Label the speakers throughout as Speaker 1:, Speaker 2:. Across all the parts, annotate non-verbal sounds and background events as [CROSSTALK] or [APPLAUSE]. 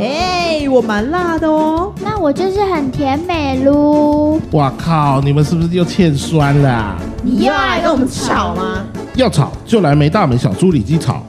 Speaker 1: 哎、我蛮辣的哦。
Speaker 2: 那我就是很甜美噜。
Speaker 3: 哇靠！你们是不是又欠酸啦、
Speaker 1: 你又要来跟我们吵吗？
Speaker 3: 要吵就来没大门小猪里鸡吵。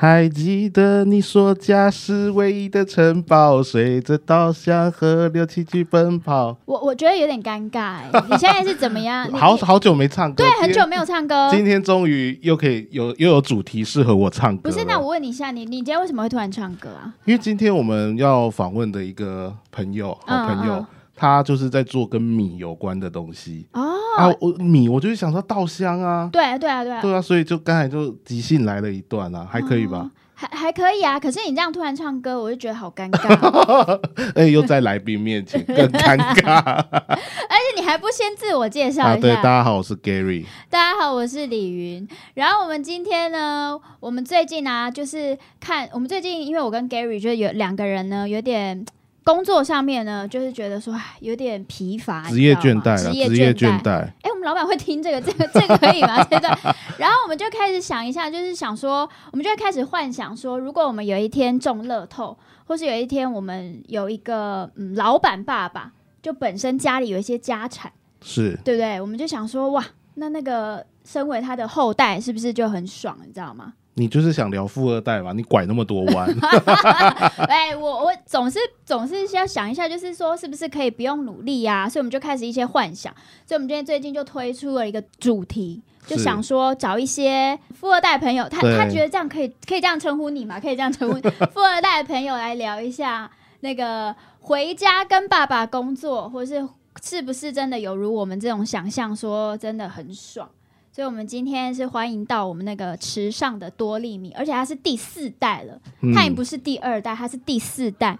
Speaker 3: 还记得你说家是唯一的城堡，随着稻香河流崎岖奔跑。
Speaker 2: 我我觉得有点尴尬哎、你现在是怎么啊
Speaker 3: [LAUGHS]
Speaker 2: 样？你
Speaker 3: 好
Speaker 2: 你
Speaker 3: 好久没唱歌，
Speaker 2: 对，很久
Speaker 3: 今
Speaker 2: 没有唱歌。
Speaker 3: 今天终于又可以有又有主题适合我唱歌
Speaker 2: 不
Speaker 3: 了。
Speaker 2: 是，那我问你一下，你你今天为什么会突然唱歌啊？
Speaker 3: 因为今天我们要访问的一个朋友，好朋友，
Speaker 2: 嗯嗯
Speaker 3: 他就是在做跟米有关的东西、
Speaker 2: 哦，
Speaker 3: 啊。我米，我就是想说稻香啊，
Speaker 2: 对啊对啊对啊，
Speaker 3: 对啊，所以就刚才就即兴来了一段啊，还可以吧
Speaker 2: 哦？还还可以啊，可是你这样突然唱歌，我就觉得好尴尬
Speaker 3: [LAUGHS]
Speaker 2: 哦、
Speaker 3: 哎、又在来宾
Speaker 2: [LAUGHS]
Speaker 3: 面前更尴尬
Speaker 2: 而且你还不先自我介绍
Speaker 3: 啊！
Speaker 2: 一
Speaker 3: 对，
Speaker 2: 下、
Speaker 3: 大家好，我是 Gary，
Speaker 2: 大家好，我是李云。然后我们今天呢，我们最近啊，就是看我们最近，因为我跟 Gary 就有两个人呢，有点工作上面呢，就是觉得说唉有点疲乏，
Speaker 3: 职业
Speaker 2: 啊你知道
Speaker 3: 倦
Speaker 2: 吗
Speaker 3: 怠
Speaker 2: 职
Speaker 3: 了，
Speaker 2: 业
Speaker 3: 职业倦
Speaker 2: 倦。
Speaker 3: 怠，
Speaker 2: 哎、我们老板会听这个，这个这个可以吗？这
Speaker 3: [LAUGHS]
Speaker 2: 段，然后我们就开始想一下，就是想说，我们就会开始幻想说，如果我们有一天中乐透，或是有一天我们有一个嗯老板爸爸，就本身家里有一些家产，
Speaker 3: 是
Speaker 2: 对不对？我们就想说，哇，那那个身为他的后代，是不是就很爽？你知道吗？
Speaker 3: 你就是想聊富二代嘛？你拐那么多
Speaker 2: [LAUGHS]
Speaker 3: 弯，
Speaker 2: 哎，我我总是总是要想一下，就是说是不是可以不用努力呀、所以我们就开始一些幻想，所以我们今天最近就推出了一个主题，
Speaker 3: 是
Speaker 2: 就想说找一些富二代朋友，他
Speaker 3: 对
Speaker 2: 他觉得这样可以可以这样称呼你嘛？可以这样称呼富二代朋友来聊一下那个回家跟爸爸工作，或是是不是真的有如我们这种想象说真的很爽？所以，我们今天是欢迎到我们那个池上的多利米，而且他是第四代了。
Speaker 3: 嗯
Speaker 2: 他也不是第二代，他是第四代。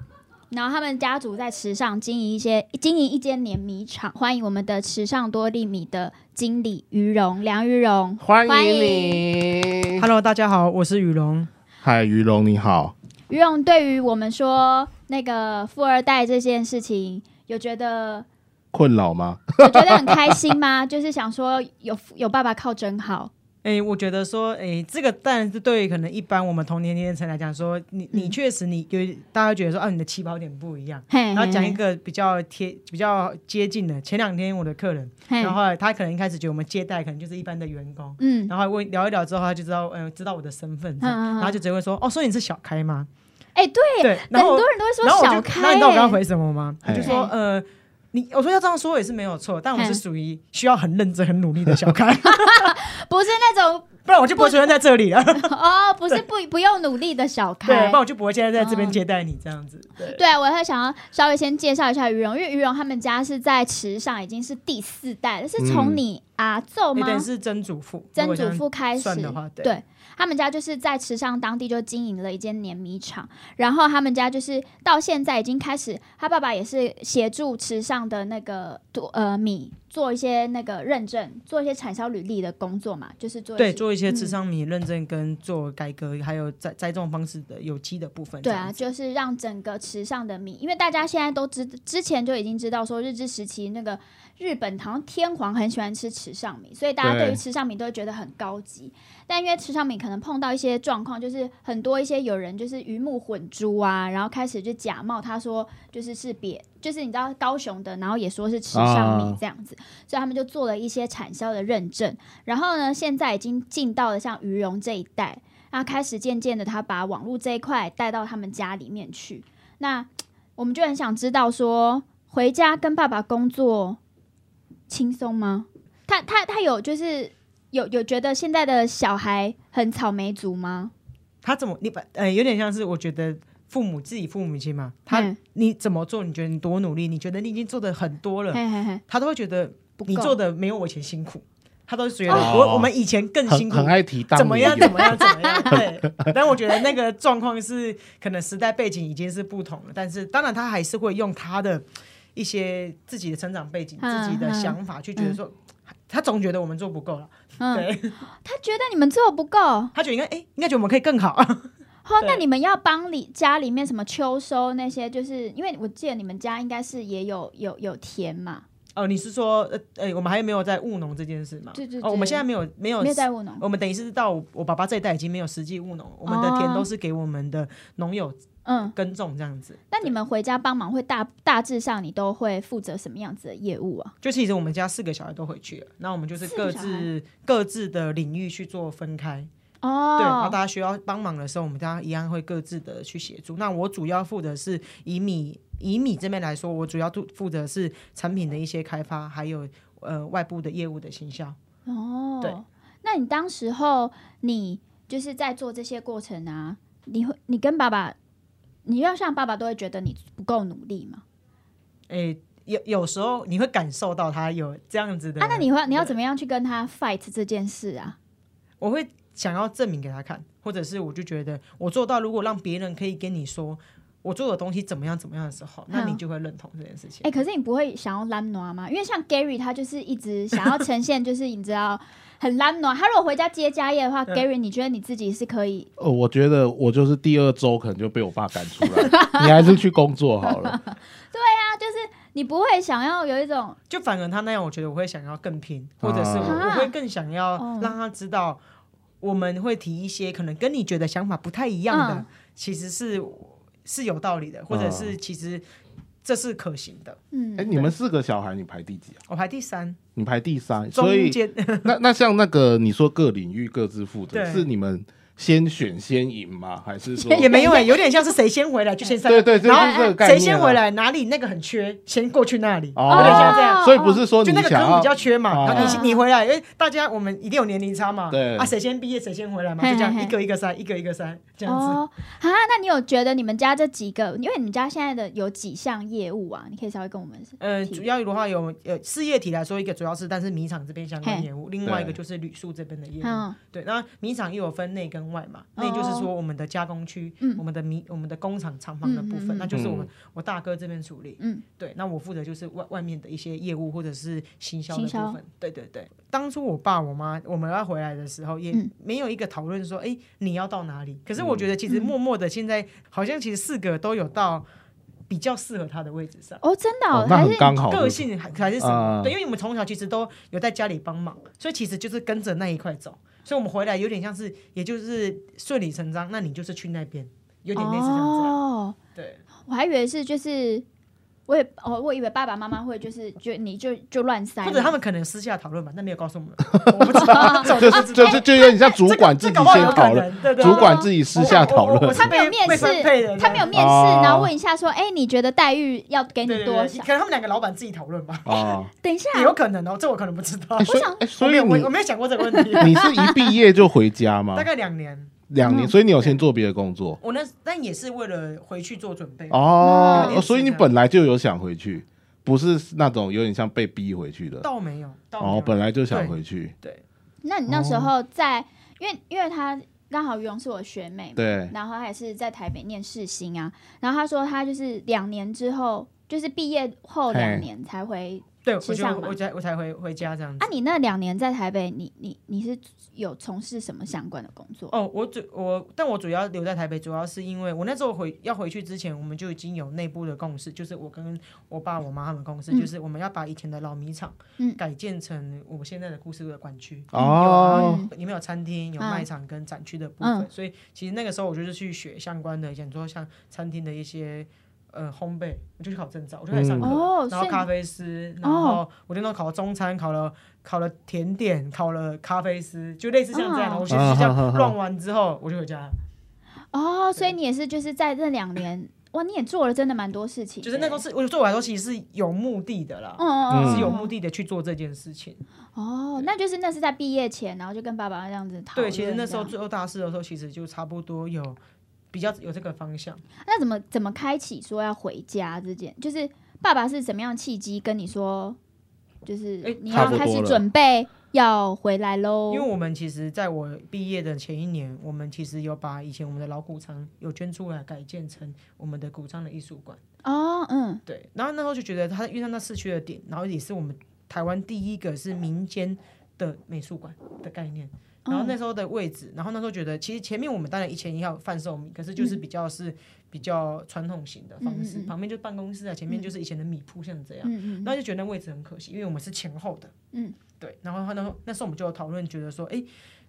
Speaker 2: 然后他们家族在池上经营一些经营一间碾米厂，欢迎我们的池上多利米的经理于荣梁于荣，
Speaker 3: 欢
Speaker 2: 欢迎
Speaker 3: 你。
Speaker 1: Hello，大家好，我是雨龙。
Speaker 3: 嗨，于龙你好，
Speaker 2: 于荣对于我们说那个富二代这件事情，有觉得
Speaker 3: 困扰吗？
Speaker 2: 有觉得很开心吗？就是想说有有爸爸靠真好，
Speaker 1: 哎、我觉得说，哎、这个当然是对于可能一般我们同年龄层来讲，说你你
Speaker 2: 嗯
Speaker 1: 确实你有大家觉得说，啊，你的起跑点不一样。
Speaker 2: 嘿，
Speaker 1: 然后讲一个比较贴、比较接近的，前两天我的客人，
Speaker 2: 嘿，嘿
Speaker 1: 然后后来他可能一开始觉得我们接待可能就是一般的员工，
Speaker 2: 嗯，
Speaker 1: 然后问聊一聊之后，他就知道，嗯、知道我的身份，这样
Speaker 2: 嗯嗯嗯
Speaker 1: 然后就直接问说，哦，所以你是小开吗？
Speaker 2: 哎，对，
Speaker 1: 对，
Speaker 2: 很
Speaker 1: 然后
Speaker 2: 多人都会说
Speaker 1: 然后我就
Speaker 2: 小开
Speaker 1: 那
Speaker 2: 耶，
Speaker 1: 你知道我跟他回什么吗？我
Speaker 3: 嘿
Speaker 1: 就说呃，你我说要这样说也是没有错，但我是
Speaker 2: 嗯
Speaker 1: 属于需要很认真、很努力的小开，
Speaker 2: 不是那种
Speaker 1: 不然我就不会出现在这里了。
Speaker 2: 哦，不是不不用努力的小
Speaker 1: [LAUGHS] 对，
Speaker 2: 开
Speaker 1: 不然，我就不会现在在这边接待你这样子。对，
Speaker 2: 对，我会想要稍微先介绍一下于荣，因为于荣他们家是在池上已经是第四代了，是从
Speaker 3: 嗯
Speaker 2: 你阿昼
Speaker 1: 你
Speaker 2: 吗？
Speaker 1: 等于是曾祖父，
Speaker 2: 曾祖父开始
Speaker 1: 算的话，对
Speaker 2: 对他们家就是在池上当地就经营了一间碾米厂，然后他们家就是到现在已经开始，他爸爸也是协助池上的那个多呃米做一些那个认证，做一些产销履历的工作嘛，就是做一
Speaker 1: 对，
Speaker 2: 些
Speaker 1: 做一些
Speaker 2: 嗯
Speaker 1: 智商米认证跟做改革，还有栽栽种方式的有机的部分。
Speaker 2: 对
Speaker 1: 这
Speaker 2: 啊，
Speaker 1: 样子
Speaker 2: 就是让整个池上的米，因为大家现在都知，之前就已经知道说日治时期那个日本好像天皇很喜欢吃池上米，所以大家
Speaker 3: 对
Speaker 2: 对于池上米都会觉得很高级。但因为池上米可能碰到一些状况，就是很多一些有人就是鱼目混珠啊，然后开始就假冒他说就是是别，就是你知道高雄的，然后也说是池上米
Speaker 3: 啊
Speaker 2: 这样子，所以他们就做了一些产销的认证。然后呢，现在已经进到了像鱼荣这一代，那开始渐渐的，他把网络这一块带到他们家里面去。那我们就很想知道说，回家跟爸爸工作轻松吗？他他他有就是有有觉得现在的小孩很草莓族吗？
Speaker 1: 他怎么你把呃有点像是我觉得父母自己父母亲嘛，他
Speaker 2: 嗯
Speaker 1: 你怎么做？你觉得你多努力？你觉得你已经做的很多了，
Speaker 2: 嘿嘿嘿，
Speaker 1: 他都会觉得
Speaker 2: 嗯不够
Speaker 1: 嗯你做的没有我以前辛苦，他都觉得
Speaker 3: 哦
Speaker 1: 我我们以前更
Speaker 3: 很
Speaker 1: 辛苦
Speaker 3: 很，爱提当
Speaker 1: 怎么
Speaker 3: 年
Speaker 1: 样
Speaker 3: 有
Speaker 1: 怎么样怎么样。对，但我觉得那个状况是可能时代背景已经是不同了，但是当然他还是会用他的一些自己的成长背景、
Speaker 2: 嗯
Speaker 1: 自己的想法去觉得说，他总觉得我们做不够了，
Speaker 2: 嗯，
Speaker 1: 对
Speaker 2: 他觉得你们做不够哦，
Speaker 1: 他觉得应该哎，应该觉得我们可以更好。 [LAUGHS]
Speaker 2: 那你们要帮里家里面什么秋收那些，就是因为我记得你们家应该是也有有有田嘛，
Speaker 1: 哦，你是说呃，哎，我们还没有在务农这件事吗？
Speaker 2: 对对
Speaker 1: 哦，我哦们
Speaker 2: 对
Speaker 1: 现在没有没有
Speaker 2: 没有在务农，
Speaker 1: 我们等于是到我我爸爸这一代已经没有实际务农，我们的田
Speaker 2: 哦
Speaker 1: 都是给我们的农友
Speaker 2: 嗯，
Speaker 1: 耕种这样子。
Speaker 2: 那你们回家帮忙会大大致上你都会负责什么样子的业务啊？
Speaker 1: 就其实我们家四个小孩都回去了，那我们就是
Speaker 2: 四个
Speaker 1: 各
Speaker 2: 小
Speaker 1: 自各自的领域去做分开。对，然
Speaker 2: 哦，
Speaker 1: 后大家需要帮忙的时候，我们大家一样会各自的去协助。那我主要负责是以米以米这边来说，我主要负负责是产品的一些开发，还有呃外部的业务的行销。
Speaker 2: 哦，
Speaker 1: 对。
Speaker 2: 那你当时候你就是在做这些过程啊，你会你跟爸爸，你要像爸爸都会觉得你不够努力嘛？
Speaker 1: 诶、有有时候你会感受到他有这样子的，
Speaker 2: 啊，那你会你要怎么样去跟他 fight 这件事啊？
Speaker 1: 我会想要证明给他看，或者是我就觉得我做到，如果让别人可以跟你说我做的东西怎么样怎么样的时候，那你
Speaker 2: 嗯
Speaker 1: 就会认同这件事情。
Speaker 2: 哎、可是你不会想要懒惰吗？因为像 Gary 他就是一直想要呈现，就是你知道很懒惰。他如果回家接家业的话、
Speaker 1: 嗯
Speaker 2: g a r y 你觉得你自己是可以？
Speaker 3: 哦，我觉得我就是第二周可能就被我爸赶出来，你还是去工作好
Speaker 2: [LAUGHS]
Speaker 3: 了。
Speaker 2: 啊，就是你不会想要有一种
Speaker 1: 就反而他那样，我觉得我会想要更拼，或者是我,、
Speaker 2: 啊
Speaker 1: 我会更想要
Speaker 2: 哦
Speaker 1: 让他知道，我们会提一些可能跟你觉得想法不太一样的，
Speaker 2: 嗯
Speaker 1: 其实是是有道
Speaker 3: 嗯
Speaker 1: 理的，或者是其实这是可行的。
Speaker 2: 嗯
Speaker 3: 哎，，你们四个小孩，你排第几啊？
Speaker 1: 我排第三，
Speaker 3: 你排第三，所
Speaker 1: 中
Speaker 3: 以 [LAUGHS]
Speaker 1: 间 [LAUGHS]
Speaker 3: 那那像那个你说各领域各自负责，
Speaker 1: 对
Speaker 3: 是你们先选先赢吗？还是说？
Speaker 1: 也没有哎、有点像是谁先
Speaker 3: [LAUGHS]
Speaker 1: 回来就先上，
Speaker 3: 对对，就是
Speaker 1: 然
Speaker 3: 这个
Speaker 1: 后
Speaker 3: 概念、啊。
Speaker 1: 谁先回来哪里那个很缺，先过去那里，
Speaker 3: 哦
Speaker 1: 有点像这样。
Speaker 3: 所以不是说
Speaker 1: 哦就
Speaker 3: 你
Speaker 1: 那个
Speaker 3: 想
Speaker 1: 科目
Speaker 3: 要
Speaker 1: 比较缺嘛，
Speaker 3: 哦
Speaker 1: 然后你你回来，因为大家我们一定有年龄差嘛，
Speaker 3: 对
Speaker 1: 啊，谁先毕业谁先回来嘛，
Speaker 2: 嘿
Speaker 1: 就这样
Speaker 2: 嘿嘿
Speaker 1: 一个一个筛，一个一个筛，这样子。
Speaker 2: 哦，啊，那你有觉得你们家这几个，因为你们家现在的有几项业务啊？你可以稍微跟我们
Speaker 1: 呃，
Speaker 2: 提
Speaker 1: 主要的话有呃事业体来说，一个主要是但是米厂这边相关
Speaker 2: 嘿
Speaker 1: 业务，另外一个
Speaker 3: 对
Speaker 1: 就是铝塑这边的业务。
Speaker 2: 嗯
Speaker 1: 对，那米厂又有分内跟外嘛，内就是说我们的加工区、
Speaker 2: 嗯
Speaker 1: 我们的米、我们的工厂厂房的部
Speaker 2: 嗯
Speaker 1: 分，
Speaker 2: 嗯嗯
Speaker 1: 那就是我们、我大哥这边处理。
Speaker 2: 嗯，
Speaker 1: 对，那我负责就是外外面的一些业务或者是行销的
Speaker 2: 行销
Speaker 1: 部分。对对对，当初我爸我妈我们要回来的时候，也
Speaker 2: 嗯
Speaker 1: 没有一个讨论说，哎、你要到哪里？可是我觉得其实默默的，现在好像其实四个都有到比较适合他的位置上。
Speaker 2: 哦，真的、
Speaker 3: 哦
Speaker 2: 哦，
Speaker 3: 那
Speaker 2: 还是
Speaker 3: 很刚好，
Speaker 1: 个性还还是什么？
Speaker 3: 啊
Speaker 1: 对，因为我们从小其实都有在家里帮忙，所以其实就是跟着那一块走。所以我们回来有点像是，也就是顺理成章。那你就是去那边，有点类似这样子啊。
Speaker 2: 哦，
Speaker 1: 对，
Speaker 2: 我还以为是就是，我也哦，我以为爸爸妈妈会就是就你就就乱塞，
Speaker 1: 或者他们可能私下讨论吧，但没有告诉
Speaker 2: [LAUGHS]
Speaker 1: 我们，我不知道。这种
Speaker 3: 就是就就就有点 [LAUGHS] 像主管自
Speaker 1: 这
Speaker 3: 己
Speaker 1: 搞不好
Speaker 3: 先
Speaker 1: 有可
Speaker 3: 讨论，
Speaker 1: 能，对对
Speaker 3: 主
Speaker 1: 对。
Speaker 3: 管自己私下讨
Speaker 1: 我我我
Speaker 3: 论
Speaker 1: 是。
Speaker 2: 他没有
Speaker 1: 被
Speaker 2: 面
Speaker 1: 被
Speaker 2: 试
Speaker 1: 分配的，
Speaker 2: 他没有面试，
Speaker 3: 哦
Speaker 2: 然后问一下说，哎、你觉得待遇要给你
Speaker 1: 对对
Speaker 2: 多
Speaker 1: 对，
Speaker 2: 少？
Speaker 1: 可能他们两个老板自己讨论吧， [LAUGHS]
Speaker 3: 啊，
Speaker 2: 等一下，
Speaker 1: 也有可能哦，这我可能不知道
Speaker 3: 哎，。所以
Speaker 2: 想
Speaker 3: 哎
Speaker 1: 我
Speaker 3: 所
Speaker 1: 没
Speaker 3: 以
Speaker 1: 有，我
Speaker 3: 你
Speaker 1: 我没有想过这个问题。
Speaker 3: 你是一毕业就回家吗
Speaker 1: 大？概两年，
Speaker 3: 两年，
Speaker 2: 嗯
Speaker 3: 所以你有先做别的工作
Speaker 1: 我那但也是为了回去做准备。
Speaker 3: 哦
Speaker 2: 嗯，
Speaker 3: 哦所以你本来就有想回去，不是那种有点像被逼回去的。
Speaker 1: 倒没有，倒没
Speaker 3: 哦
Speaker 1: 有，
Speaker 3: 本来就想回去，
Speaker 1: 对，
Speaker 2: 那你那时候
Speaker 1: 哦
Speaker 2: 在，因为因为他刚好于荣是我学妹嘛，
Speaker 3: 对，
Speaker 2: 然后他也是在台北念世新啊，然后他说他就是两年之后，就是毕业后
Speaker 3: 嘿
Speaker 2: 两年才回。
Speaker 1: 对，我
Speaker 2: 吃
Speaker 1: 就
Speaker 2: 上嘛
Speaker 1: 我才我才回回家这样子。
Speaker 2: 啊，你那两年在台北，你你你是有从事什么相关的工作？
Speaker 1: 哦，我主我，但我主要留在台北，主要是因为我那时候回要回去之前，我们就已经有内部的共识，就是我跟我爸、我妈他们共识，
Speaker 2: 嗯
Speaker 1: 就是我们要把以前的老米厂
Speaker 2: 嗯
Speaker 1: 改建成我们现在的故事的馆区。
Speaker 3: 哦，
Speaker 1: 里面有餐厅、有
Speaker 2: 嗯
Speaker 1: 卖场跟展区的部分，
Speaker 2: 嗯
Speaker 1: 所以其实那个时候我就是去学相关的，讲说像餐厅的一些呃烘焙，我就去考证照，我就开始上课，
Speaker 2: 嗯哦
Speaker 1: 然后
Speaker 2: 所以
Speaker 1: 咖啡师，然后我就那时候考了中餐，考了考了甜点，考了咖啡师，就类似像这样的。
Speaker 2: 哦
Speaker 1: 我去学校
Speaker 3: 啊哈哈哈
Speaker 1: 乱完之后，我就回家，
Speaker 2: 哦，所以你也是就是在这两年，哇，你也做了真的蛮多事情的，
Speaker 1: 就是那都是我对我来说其实是有目的的啦，
Speaker 2: 嗯，嗯嗯，
Speaker 3: 嗯
Speaker 1: 是有目的的去做这件事情。
Speaker 2: 哦，那就是那是在毕业前，然后就跟爸爸这样子讨论
Speaker 1: 对，
Speaker 2: 这
Speaker 1: 其
Speaker 2: 样。
Speaker 1: 实那时候最后大四的时候，其实就差不多有比较有这个方向。
Speaker 2: 那怎么怎么开启说要回家这件，就是爸爸是怎么样契机跟你说，就是
Speaker 1: 诶
Speaker 2: 你要
Speaker 3: 差不多
Speaker 2: 开始
Speaker 3: 了
Speaker 2: 准备要回来喽
Speaker 1: 哎因为？我们其实在我毕业的前一年，我们其实有把以前我们的老谷仓有捐出来，改建成我们的谷仓的艺术馆。
Speaker 2: 哦，嗯，
Speaker 1: 对，然后那时候就觉得它遇上那市区的点，然后也是我们台湾第一个是民间的美术馆的概念。然后那
Speaker 2: 嗯
Speaker 1: 时候的位置，然后那时候觉得，其实前面我们当然以前也有贩售米，可是就是比较是比较传统型的方
Speaker 2: 嗯
Speaker 1: 式，
Speaker 2: 嗯嗯嗯
Speaker 1: 旁边就是办公室啊，前面就是以前的米铺，像这样。
Speaker 2: 嗯嗯
Speaker 1: 然后就觉得那位置很可惜，因为我们是前后的，
Speaker 2: 嗯，
Speaker 1: 对。然后那时候那时候我们就有讨论，觉得说，哎，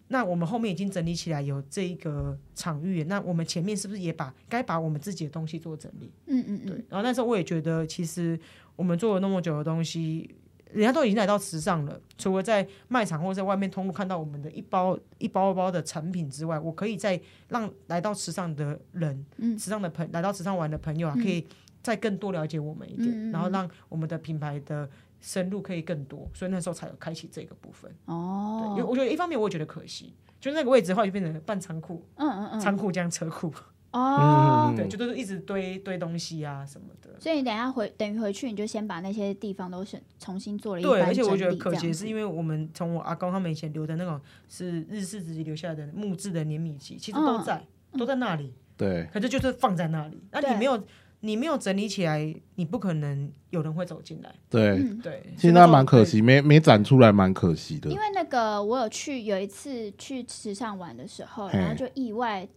Speaker 1: 那我们后面已经整理起来有这一个场域，那我们前面是不是也把该把我们自己的东西做整理？
Speaker 2: 嗯嗯
Speaker 1: 对
Speaker 2: 嗯，。
Speaker 1: 然后那时候我也觉得，其实我们做了那么久的东西，人家都已经来到时尚了，除了在卖场或者在外面通路看到我们的一包一包包的产品之外，我可以再让来到时尚的人，
Speaker 2: 嗯
Speaker 1: 时尚的朋来到时尚玩的朋友啊，可以再更多了解我们一点，
Speaker 2: 嗯嗯嗯
Speaker 1: 然后让我们的品牌的。深入可以更多，所以那时候才有开启这个部分。对，因为
Speaker 2: 哦，
Speaker 1: 我觉得一方面我也觉得可惜，就那个位置的话就变成半仓库，
Speaker 2: 嗯嗯嗯，
Speaker 1: 仓库这样车库，
Speaker 2: 哦
Speaker 3: 嗯，
Speaker 1: 对，就都是一直堆堆东西啊什么的。
Speaker 2: 所以你等一下回等于回去，你就先把那些地方都是重新做了一番
Speaker 1: 对，而且我觉得
Speaker 2: 整理
Speaker 1: 可
Speaker 2: 这
Speaker 1: 惜的
Speaker 2: 样
Speaker 1: 是，
Speaker 2: 子
Speaker 1: 因为我们从我阿公他们以前留的那种是日式自己留下来的木质的碾米机，其实都
Speaker 2: 嗯
Speaker 1: 在，都在那里，
Speaker 3: 对，
Speaker 1: 可是就是放在那里。那
Speaker 2: 对
Speaker 1: 你没有，你没有整理起来，你不可能有人会走进来。
Speaker 3: 对，
Speaker 2: 嗯，
Speaker 1: 对，
Speaker 3: 其实那蛮可。惜，没没展出来，蛮可惜的
Speaker 2: 因。为那个我有去有一次去池上玩的时候，
Speaker 3: 嘿
Speaker 2: 然后就意外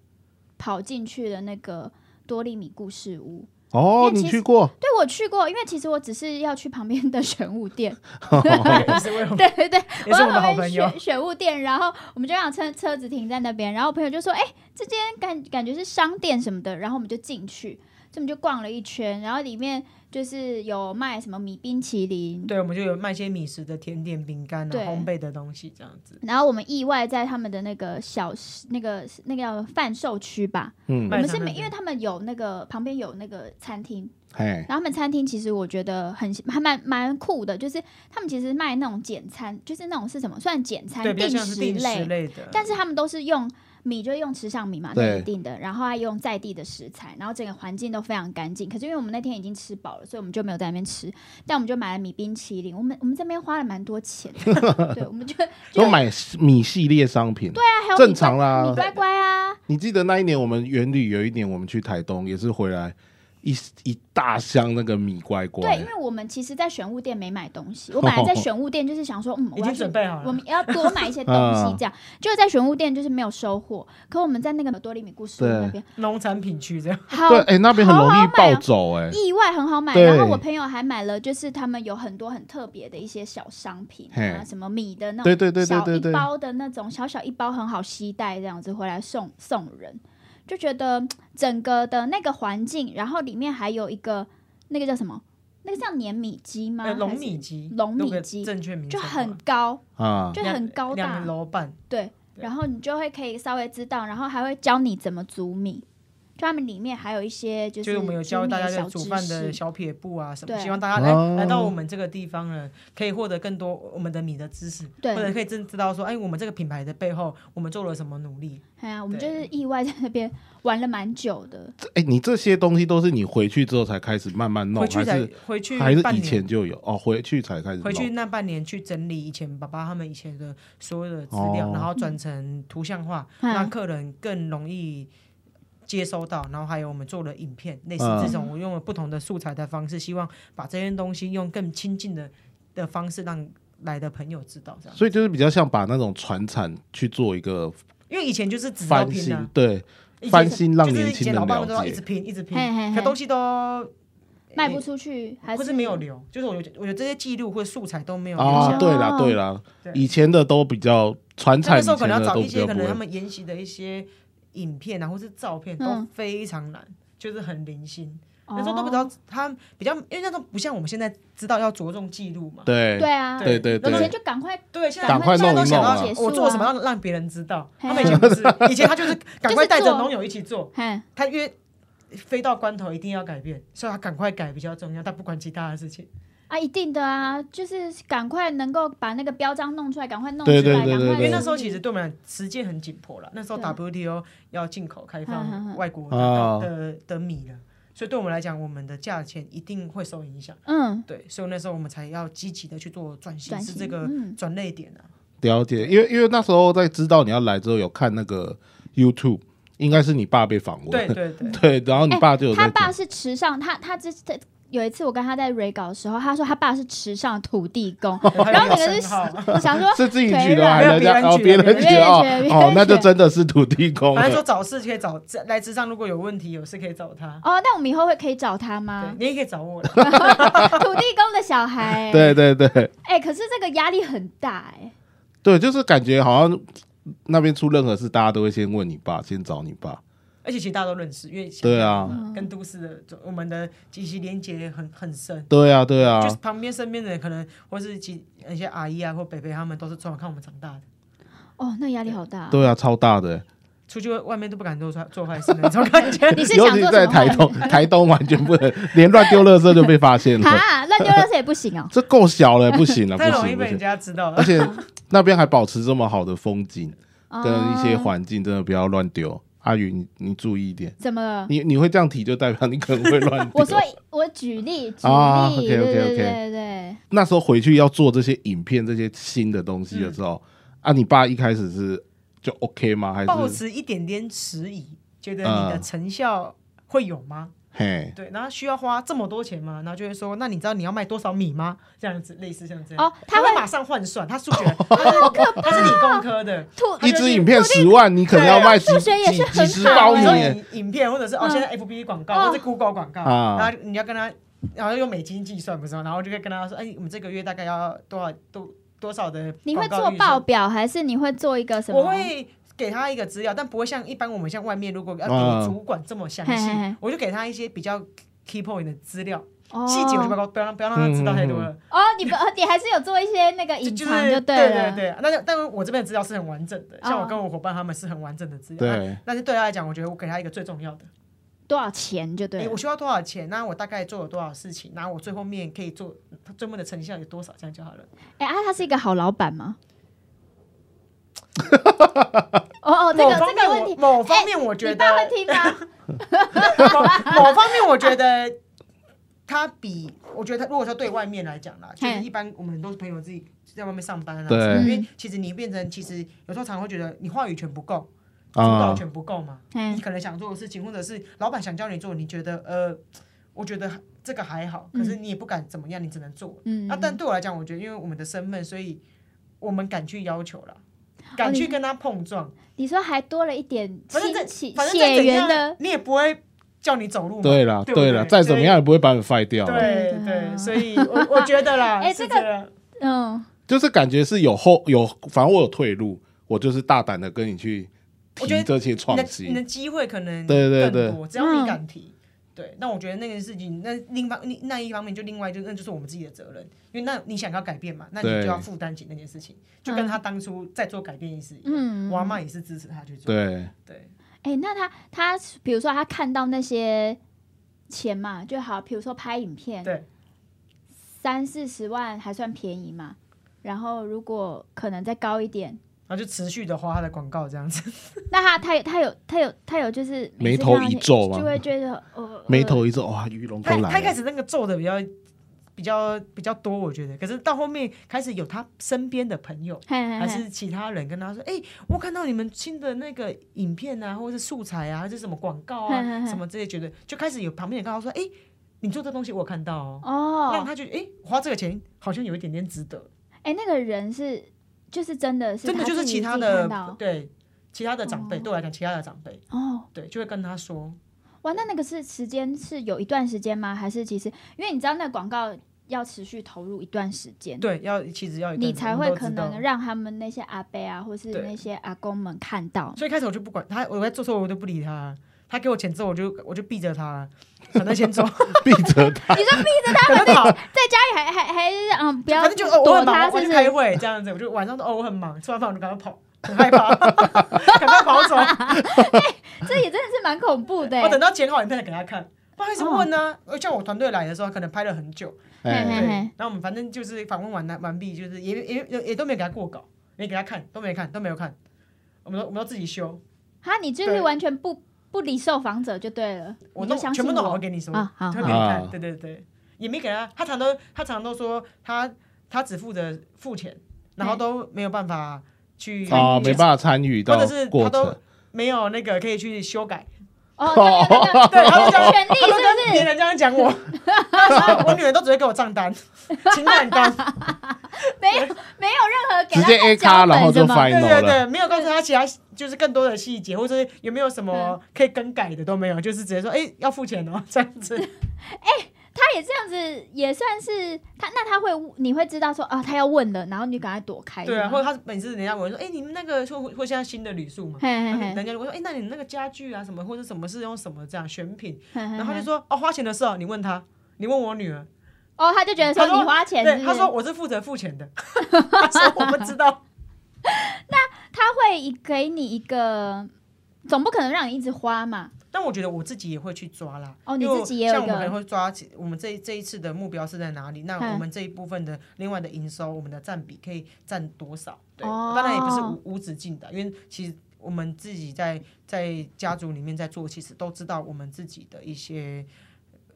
Speaker 2: 跑进去了那个多利米故事屋。
Speaker 3: 哦，
Speaker 2: 因为其
Speaker 3: 你
Speaker 2: 实
Speaker 3: 去过？
Speaker 2: 对我去过，因为其实我只是要去旁边的玄武店， [LAUGHS]
Speaker 1: [LAUGHS] 也是为了
Speaker 2: 对对对，
Speaker 1: 也是
Speaker 2: 在
Speaker 1: 我们的好
Speaker 2: 旁
Speaker 1: 朋
Speaker 2: 边
Speaker 1: 友
Speaker 2: 选。选物店，然后我们就让车车子停在那边，然后我朋友就说：“哎、这间感感觉是商店什么的。”然后我们就进去，这么就逛了一圈，然后里面就是有卖什么米冰淇淋，
Speaker 1: 对，我们就有卖一些米食的甜点、饼干啊、
Speaker 2: 对
Speaker 1: 烘焙的东西这样子，
Speaker 2: 然后我们意外在他们的那个小那个那个叫贩售区吧，
Speaker 3: 嗯
Speaker 2: 我，
Speaker 1: 卖
Speaker 2: 们
Speaker 1: 场
Speaker 2: 是没，
Speaker 1: 那边
Speaker 2: 因为他们有那个旁边有那个餐厅，
Speaker 3: 嘿，
Speaker 2: 然后他们餐厅其实我觉得很还蛮蛮酷的，就是他们其实卖那种简餐，就是那种是什么算简餐
Speaker 1: 对，比较像是
Speaker 2: 食
Speaker 1: 定
Speaker 2: 类
Speaker 1: 时，类的。
Speaker 2: 但是他们都是用米，就用池上米嘛，
Speaker 3: 对
Speaker 2: 那一定的，然后还用在地的食材，然后整个环境都非常干净。可是因为我们那天已经吃饱了，所以我们就没有在那边吃，但我们就买了米冰淇淋。我们我们这边花了蛮多钱的，对，我们就就
Speaker 3: [LAUGHS]
Speaker 2: 啊
Speaker 3: 都买米系列商品。对，
Speaker 2: 还有
Speaker 3: 正常啦
Speaker 2: 米乖乖啊，
Speaker 3: 你记得那一年我们园旅有一年我们去台东，也是回来一一大箱那个米乖
Speaker 2: 对，
Speaker 3: 乖
Speaker 2: 因。为我们其实，在选物店没买东西，我本
Speaker 3: 哦
Speaker 2: 来在选物店就是想说，嗯，我
Speaker 1: 已
Speaker 2: 要
Speaker 1: 经
Speaker 2: 去
Speaker 1: 准备好
Speaker 2: 我
Speaker 1: 了，
Speaker 2: 们要多买一些东
Speaker 3: 嗯
Speaker 2: 西，这样就在玄物店就是没有收获。可我们在那个多利米故事屋
Speaker 3: 对
Speaker 2: 那边，
Speaker 1: 农产品区这样。
Speaker 2: 好
Speaker 3: 对，哎，那边很容
Speaker 2: 好好
Speaker 3: 易
Speaker 2: 买
Speaker 3: 暴
Speaker 2: 哦
Speaker 3: 走，哎，
Speaker 2: 意外很好买。
Speaker 3: 对
Speaker 2: 然后我朋友还买了，就是他们有很多很特别的一些小商品啊，
Speaker 3: 嘿
Speaker 2: 什么米的那种，
Speaker 3: 对对对对对
Speaker 2: 小
Speaker 3: 对
Speaker 2: 一包的那种小小一包，很好携带这样子回来送送人，就觉得嗯整个的那个环境，然后里面还有一个那个叫什么，那个叫碾米机吗？
Speaker 1: 呃，
Speaker 2: 还
Speaker 1: 龙
Speaker 2: 是
Speaker 1: 米鸡，
Speaker 2: 龙
Speaker 1: 那
Speaker 2: 米
Speaker 1: 个
Speaker 2: 鸡
Speaker 1: 正确名
Speaker 2: 就
Speaker 1: 称
Speaker 2: 很
Speaker 1: 嘛
Speaker 2: 高，
Speaker 3: 啊，
Speaker 2: 就
Speaker 1: 两
Speaker 2: 很高大，
Speaker 1: 两楼半。
Speaker 2: 对，
Speaker 1: 对
Speaker 2: 然后你就会可以稍微知道，然后还会教你怎么煮米。就他们里面还有一些就
Speaker 1: 就是是我们有教
Speaker 2: 米
Speaker 1: 大家
Speaker 2: 小
Speaker 1: 的
Speaker 2: 知
Speaker 1: 煮饭的
Speaker 2: 识
Speaker 1: 小撇步啊什么，
Speaker 2: 对
Speaker 1: 希望大家来、
Speaker 3: 哦
Speaker 1: 来到我们这个地方呢，可以获得更多我们的米的知识，
Speaker 2: 对
Speaker 1: 或者可以真知道说，哎，我们这个品牌的背后，我们做了什么努力。
Speaker 2: 哎呀，我们就
Speaker 1: 对
Speaker 2: 是意外在那边玩了蛮久的。
Speaker 3: 哎，你这些东西都是你回去之后才开始慢慢弄，
Speaker 1: 回去
Speaker 3: 还
Speaker 1: 才
Speaker 3: 是
Speaker 1: 回去
Speaker 3: 还是
Speaker 1: 半
Speaker 3: 以
Speaker 1: 年
Speaker 3: 前就有？哦，回去才开始弄。
Speaker 1: 回去那半年去整理以前爸爸他们以前的所有的资料，
Speaker 3: 哦
Speaker 1: 然后转成图像化，
Speaker 2: 嗯
Speaker 1: 让客人更容易接收到。然后还有我们做了影片，类似
Speaker 3: 嗯
Speaker 1: 这种，我用了不同的素材的方式，希望把这些东西用更亲近的的方式让来的朋友知道，这样。
Speaker 3: 所以就是比较像把那种传产去做一个
Speaker 1: 因为以前就是只要
Speaker 3: 翻
Speaker 1: 拼
Speaker 3: 新
Speaker 1: 啊，，
Speaker 3: 对，
Speaker 1: 以前
Speaker 3: 翻新让
Speaker 1: 就是
Speaker 3: 年
Speaker 1: 以
Speaker 3: 轻
Speaker 1: 前
Speaker 3: 人
Speaker 1: 老爸
Speaker 3: 了
Speaker 1: 们都要一直
Speaker 3: 解。
Speaker 1: 拼，一直拼
Speaker 2: 嘿嘿，嘿
Speaker 1: 可东西都
Speaker 2: 卖不出去，还
Speaker 1: 或是没有留，就是我觉得我觉得这些记录或素材都没有留下
Speaker 3: 啊，
Speaker 1: 来
Speaker 3: 对啦
Speaker 2: 哦
Speaker 3: 对啦
Speaker 1: 对，
Speaker 3: 以前的都比较传
Speaker 1: 那
Speaker 3: 产，
Speaker 1: 个
Speaker 3: 以
Speaker 1: 时候可
Speaker 3: 前
Speaker 1: 能要
Speaker 3: 的
Speaker 1: 找
Speaker 3: 都
Speaker 1: 一
Speaker 3: 比
Speaker 1: 些
Speaker 3: 较
Speaker 1: 可
Speaker 3: 不
Speaker 1: 能他
Speaker 3: 会。
Speaker 1: 们研习的一些影片啊，或是照片都
Speaker 2: 嗯
Speaker 1: 非常难，就是很零星。
Speaker 2: 哦
Speaker 1: 那时候都不知道他比较，因为那时候不像我们现在知道要着重记录嘛。
Speaker 3: 对
Speaker 2: 对啊，
Speaker 3: 对对
Speaker 1: 那
Speaker 2: 以
Speaker 1: 时候
Speaker 3: 对
Speaker 2: 前，就赶快
Speaker 1: 对，现在
Speaker 3: 赶快
Speaker 1: 现在
Speaker 3: 弄
Speaker 1: 都
Speaker 3: 一
Speaker 1: 想
Speaker 3: 弄啊
Speaker 1: 到
Speaker 2: 结束啊
Speaker 1: 我做什么要让别人知道，
Speaker 2: 嘿
Speaker 1: 他们以前不
Speaker 2: [LAUGHS]
Speaker 1: 是，以前他就是赶快带着
Speaker 2: 做
Speaker 1: 农友一起做，
Speaker 2: 嘿，
Speaker 1: 他因为非到关头一定要改变，所以他赶快改比较重要，他不管其他的事情。
Speaker 2: 啊，一定的啊，就是赶快能够把那个标章弄出来，赶快弄出
Speaker 3: 对
Speaker 2: 来，
Speaker 3: 对对
Speaker 2: 赶快
Speaker 3: 对对
Speaker 1: 因
Speaker 2: 处
Speaker 1: 为
Speaker 2: 理。
Speaker 1: 那时候其实对我们来时间很紧迫了，那时候
Speaker 2: 对
Speaker 1: WTO 要进口开
Speaker 2: 嗯嗯
Speaker 1: 放
Speaker 2: 嗯
Speaker 1: 外国
Speaker 3: 哦
Speaker 1: 的的的米了，所以对我们来讲，我们的价钱一定会受影响。
Speaker 2: 嗯，
Speaker 1: 对，所以那时候我们才要积极的去做转型，
Speaker 2: 转
Speaker 1: 是
Speaker 2: 型
Speaker 1: 这个
Speaker 2: 嗯
Speaker 1: 转类点啊。
Speaker 3: 了解，因为因为那时候在知道你要来之后，有看那个 YouTube，应该是你爸被访问，
Speaker 1: 对对
Speaker 3: [LAUGHS]
Speaker 1: 对，
Speaker 3: 对，然后你爸就有
Speaker 2: 哎他
Speaker 3: 在
Speaker 2: 爸
Speaker 3: 讲，
Speaker 2: 是池上，他他之他有一次我跟他在 re 稿的时候，他说他爸是池上土地
Speaker 3: [LAUGHS]
Speaker 2: 公，
Speaker 1: 还有
Speaker 2: 然后整个
Speaker 1: 一
Speaker 2: 就
Speaker 1: 称号
Speaker 2: 想说
Speaker 3: 是自己举的还
Speaker 1: 没有
Speaker 3: 是人家哦别
Speaker 1: 别人举的
Speaker 3: 人举的
Speaker 2: 别人
Speaker 3: 哦
Speaker 2: 举的
Speaker 3: 哦，那就真的是土地公
Speaker 1: 反正说
Speaker 3: 了。
Speaker 1: 找事可以找来智上，如果有问题有事可以找他，
Speaker 2: 哦，那我们以后会可以找他
Speaker 1: 对
Speaker 2: 吗？
Speaker 1: 你也可以
Speaker 3: [LAUGHS]
Speaker 1: 找我了。
Speaker 2: 土地公的小孩、欸，
Speaker 3: 对对对
Speaker 2: 哎、可是这个压力很大哎、
Speaker 3: 对，就是感觉好像那边出任何事，大家都会先问你爸，先找你爸。
Speaker 1: 而且其实大家都认识，因为像
Speaker 3: 对啊，
Speaker 1: 跟都市的就我们的其实连接很很深。
Speaker 3: 对啊，对啊
Speaker 1: 就是，旁边身边的人可能，或是其一些阿姨啊，或北北他们都是从小看我们长大的，
Speaker 2: 哦，那压力好大。
Speaker 3: 对啊，超大的欸。
Speaker 1: 出去外面都不敢做坏做坏事那种感觉。
Speaker 2: 你是
Speaker 3: 尤
Speaker 2: 想
Speaker 3: 其
Speaker 2: 做
Speaker 3: 在
Speaker 2: 什么坏
Speaker 3: 台
Speaker 2: [LAUGHS]
Speaker 3: 东，台东完全不能，连乱丢垃圾就被发现了，。
Speaker 2: 哈，乱丢垃圾也不行哦
Speaker 3: [LAUGHS] 这够小了，不行了，不
Speaker 1: [LAUGHS] 太容易
Speaker 3: 行不
Speaker 1: 被人
Speaker 3: 行。
Speaker 1: 家知道
Speaker 3: 而
Speaker 1: 了。
Speaker 3: 且那边还保持这么好的风景跟一些
Speaker 2: 哦
Speaker 3: 环境，真的不要乱丢。阿宇，你你注意一点，
Speaker 2: 怎么了？
Speaker 3: 你你会这样提，就代表你可能会乱
Speaker 2: 嗯
Speaker 3: 丢。
Speaker 2: 我说我举例举
Speaker 3: 啊
Speaker 2: 例，对对对
Speaker 3: OK，OK，OK
Speaker 2: 对对，
Speaker 3: 那时候回去要做这些影片、这些新的东西的时候，
Speaker 2: 嗯
Speaker 3: 啊，你爸一开始是就 OK 吗？还
Speaker 1: 抱
Speaker 3: 是
Speaker 1: 持一点点迟疑，觉得你的
Speaker 3: 嗯
Speaker 1: 成效会有吗？
Speaker 3: 嘿？
Speaker 1: 对，然后需要花这么多钱吗？然后就会说，那你知道你要卖多少米吗？这样子，类似像这样。
Speaker 2: 哦他
Speaker 1: 他
Speaker 2: 会
Speaker 1: 马上换算，他数学，
Speaker 2: [LAUGHS]
Speaker 1: 他他是理工科的，
Speaker 2: 吐
Speaker 3: 一支影片十万，你可能要卖几
Speaker 2: 啊数学也是
Speaker 3: 几
Speaker 2: 很
Speaker 3: 几十
Speaker 2: 好欸
Speaker 3: 包
Speaker 1: 你
Speaker 3: 米
Speaker 1: 说
Speaker 3: 耶。
Speaker 1: 影影片，或者是哦，
Speaker 2: 嗯
Speaker 1: 现在 FB 广告
Speaker 2: 哦
Speaker 1: 或者 Google 广告，
Speaker 3: 啊
Speaker 1: 然后你要跟他，然后用美金计算不是吗？然后就会跟他说，哎，我们这个月大概要多少多多少的？
Speaker 2: 你会做报？表还是你会做一个什么？
Speaker 1: 我会。给他一个资料，但不会像一般我们像外面，如果要
Speaker 3: 啊
Speaker 1: 给主管这么详细，
Speaker 2: 嗯嘿嘿嘿
Speaker 1: 我就给他一些比较 key point 的资料，
Speaker 2: 哦
Speaker 1: 细节我就不要不要让不要让他知道太多了，
Speaker 2: 哦，你不，你还是有做一些那个
Speaker 1: [LAUGHS] 就
Speaker 2: 隐
Speaker 1: 就
Speaker 2: 藏
Speaker 1: 是
Speaker 2: 对
Speaker 1: 对
Speaker 2: 了。
Speaker 1: 对，但是但是我这边的资料是很完整的，像
Speaker 2: 哦
Speaker 1: 我跟我伙伴他们是很完整的资料，啊
Speaker 3: 对，
Speaker 1: 但是对他来讲，我觉得我给他一个最重要的。
Speaker 2: 多少钱就对
Speaker 1: 诶
Speaker 2: 了
Speaker 1: 哎我。需要多少钱？那我大概做了多少事情？然后我最后面可以做最后面的成效有多少？这样就好了。
Speaker 2: 哎、啊，他是一个好老板
Speaker 1: [LAUGHS]
Speaker 2: 吗？哦哦，这个
Speaker 1: 某
Speaker 2: 这
Speaker 1: 方面
Speaker 2: 个
Speaker 1: 我
Speaker 2: 问题，
Speaker 1: 某方面我觉
Speaker 2: 你
Speaker 1: 得，
Speaker 2: 爸会听吗？
Speaker 1: [LAUGHS]
Speaker 2: [LAUGHS]
Speaker 1: 某某方面我
Speaker 2: 啊
Speaker 1: 觉得他比我觉得他如果说对外面来讲啦，就是
Speaker 2: 嘿
Speaker 1: 一般我们很多朋友自己在外面上班啊，
Speaker 3: 对
Speaker 1: 因为其实你变成其实有时候常会觉得你话语权不够，主导
Speaker 3: 啊，
Speaker 1: 权不够嘛。
Speaker 2: 嗯
Speaker 1: 你，可能想做的事情，或者是老板想叫你做，你觉得呃，我觉得这个还好，可是你也不敢怎么样，你只能做。
Speaker 2: 嗯
Speaker 1: 啊，但对我来讲，我觉得因为我们的身份，所以我们敢去要求了，
Speaker 2: 哦
Speaker 1: 敢去跟他碰撞。
Speaker 2: 你说还多了一点
Speaker 1: 反正
Speaker 2: 亲
Speaker 1: 这
Speaker 2: 戚
Speaker 1: 反正再
Speaker 2: 血
Speaker 1: 怎
Speaker 2: 缘的
Speaker 1: 样，你也不会叫你走路嘛。
Speaker 3: 对了
Speaker 1: 对不
Speaker 3: 对了，再怎么样也不会把你废掉了。
Speaker 1: 对
Speaker 2: 对啊
Speaker 1: 对，所以我我觉得
Speaker 2: [LAUGHS]
Speaker 1: 啦，
Speaker 2: 哎
Speaker 1: 是
Speaker 2: 这个
Speaker 1: 样
Speaker 2: 嗯，
Speaker 3: 就是感觉是有后有，反正我有退路，我就是大胆的跟你去
Speaker 1: 我觉
Speaker 3: 提
Speaker 1: 得
Speaker 3: 这些创
Speaker 1: 你的你的
Speaker 3: 新。
Speaker 1: 机会可能
Speaker 3: 对对
Speaker 1: 更
Speaker 3: 对
Speaker 1: 多，只要你敢提。对，那我觉得那个事情，那另方那那一方面就另外就那就是我们自己的责任，因为那你想要改变嘛，那你
Speaker 3: 对
Speaker 1: 就要负担起那件事情，就跟他当初在做改变一事一样，
Speaker 2: 嗯
Speaker 1: 我阿妈也是支持他去做，
Speaker 3: 对，
Speaker 1: 对，
Speaker 2: 哎、那他他比如说他看到那些钱嘛就好，比如说拍影片，
Speaker 1: 对，
Speaker 2: 三四十万还算便宜嘛。然后如果可能再高一点，
Speaker 1: 然后就持续的花他的广告这样子，
Speaker 3: [LAUGHS]
Speaker 2: 那他他有他有他有他有就是每
Speaker 3: 眉
Speaker 2: 次
Speaker 3: 头
Speaker 2: 看到
Speaker 3: 一
Speaker 2: 你
Speaker 3: 皱嘛
Speaker 2: 就会觉得哦，
Speaker 3: 眉头一皱，哇，鱼龙
Speaker 1: 他
Speaker 3: 都
Speaker 1: 他
Speaker 3: 来
Speaker 1: 一开
Speaker 3: [LAUGHS] 了。
Speaker 1: 始那个皱的比较比较比较多，我觉得，可是到后面开始有他身边的朋友。
Speaker 2: 嘿 [LAUGHS] 嘿嘿
Speaker 1: 还是其他人跟他说：“哎、我看到你们新的那个影片啊，或者是素材啊，还是什么广告
Speaker 2: 嘿 [LAUGHS]
Speaker 1: 啊，
Speaker 2: 嘿嘿
Speaker 1: 什么这些，觉得就开始有旁边人跟他说：‘哎、你做这东西我有看到哦。’让
Speaker 2: 哦，
Speaker 1: 他觉得：‘哎、花这个钱好像有一点点值得。
Speaker 2: 哎、那个人是就是真的’是
Speaker 1: 真的
Speaker 2: 他
Speaker 1: 就是
Speaker 2: 自己
Speaker 1: 其他
Speaker 2: 自己看
Speaker 1: 的
Speaker 2: 到
Speaker 1: 对其他的长辈、对我来讲，其他的长辈
Speaker 2: 哦，
Speaker 1: 对就会跟他说，
Speaker 2: 哇，那那个是时间是有一段时间吗？还是其实因为你知道那广告要持续投入一段时间，
Speaker 1: 对，要其实要有一个
Speaker 2: 你才
Speaker 1: 我
Speaker 2: 会
Speaker 1: 们都
Speaker 2: 可
Speaker 1: 知道
Speaker 2: 能让他们那些阿伯啊，或是
Speaker 1: 对
Speaker 2: 那些阿公们看到。
Speaker 1: 所以一开始我就不管他，我在做错我都不理他。他给我钱之后，我就我就避着他，反正先走， [LAUGHS]
Speaker 3: 闭着他，
Speaker 1: 可能跑，
Speaker 2: 哎，还还还是嗯，不要
Speaker 1: 反正就哦，我
Speaker 2: 躲
Speaker 1: 很忙，
Speaker 2: 他，
Speaker 1: 我
Speaker 2: 是
Speaker 1: 去
Speaker 2: 不
Speaker 1: 开
Speaker 2: 是？
Speaker 1: 会这样子，我就晚上说哦，我很忙，吃完饭我就赶快跑，很害怕，赶快跑走。
Speaker 2: 这也真的是蛮恐怖的欸。
Speaker 1: 我等到剪好影片再给他看。不好意思问呢、呃像我团队来的时候，可能拍了很久，对。
Speaker 2: 哦嘿嘿
Speaker 3: 哎，
Speaker 1: 然后我们反正就是访问完了完毕，就是也也也也都没有给他过稿，没给他看，都没看，都没有看。我们都我们都自己修，
Speaker 2: 哈，你就是
Speaker 1: 对
Speaker 2: 完全不不理受访者就对了，
Speaker 1: 我
Speaker 2: 你就
Speaker 1: 弄
Speaker 2: 相
Speaker 1: 全
Speaker 2: 信
Speaker 1: 部弄好
Speaker 2: 我。
Speaker 1: 给你说，
Speaker 2: 啊好
Speaker 1: 就给你看
Speaker 3: 好。
Speaker 1: 对对对，也没给他，他常都他常都说他他只负责付钱，然后都没有办法去
Speaker 3: 啊，没
Speaker 1: 去
Speaker 3: 办法参与
Speaker 1: 或
Speaker 3: 到
Speaker 1: 者是
Speaker 3: 过
Speaker 1: 他都
Speaker 3: 程。
Speaker 2: [LAUGHS]
Speaker 1: 没有那个可以去修改，
Speaker 2: 哦，他没有那个
Speaker 1: 对，他就这样，
Speaker 2: 权利
Speaker 1: [LAUGHS] 他都
Speaker 2: 哦是
Speaker 1: 跟
Speaker 2: 不
Speaker 1: 别
Speaker 2: 是？
Speaker 1: 人这样讲
Speaker 2: [LAUGHS]
Speaker 1: 我，那时候我女儿都只会给我账单、情感单，
Speaker 2: 没
Speaker 1: [LAUGHS]
Speaker 2: 有没有任何给
Speaker 3: 直接 A
Speaker 2: 他
Speaker 3: 咖，
Speaker 2: 看脚
Speaker 3: 然后
Speaker 2: 本什
Speaker 3: 就
Speaker 2: 么。
Speaker 1: 对
Speaker 3: final
Speaker 1: 对
Speaker 3: 了。
Speaker 1: 对，没有告诉他其他就是更多的细节，或者是有没有什
Speaker 2: 嗯
Speaker 1: 么可以更改的都没有，就是直接说，哎，要付钱哦，这 [LAUGHS] 样子。
Speaker 2: 他也这样子，也算是他。那他会，你会知道说啊，他要问了，然后你就赶快躲开。
Speaker 1: 对
Speaker 2: 是
Speaker 1: 啊，或
Speaker 2: 吗
Speaker 1: 者他每次人家问说，哎，你们那个会会现在新的旅宿吗？
Speaker 2: 嘿嘿嘿
Speaker 1: 人家就会说，哎，那你们那个家具啊什么，或者什么是用什么这样选品，
Speaker 2: 嘿嘿
Speaker 1: 然后他
Speaker 2: 嘿
Speaker 1: 就说，哦，花钱的事哦，你问他，你问我女儿，
Speaker 2: 哦，他就觉得说
Speaker 1: 他说
Speaker 2: 你花钱是不
Speaker 1: 对，
Speaker 2: 是，
Speaker 1: 他说我是负责付钱的， [LAUGHS] 他说我不知道，
Speaker 2: 他会给你一个，总不可能让你一直花嘛。
Speaker 1: 但我觉得我自己也会去抓啦。
Speaker 2: 哦你
Speaker 1: 因为
Speaker 2: 自己也有一
Speaker 1: 像我
Speaker 2: 个
Speaker 1: 们可能会抓起，我们这一这一次的目标是在哪里？那
Speaker 2: 嗯
Speaker 1: 我们这一部分的另外的营收，我们的占比可以占多少？对，
Speaker 2: 哦
Speaker 1: 当然也不是无无止境的，因为其实我们自己在在家族里面在做，其实都知道我们自己的一些。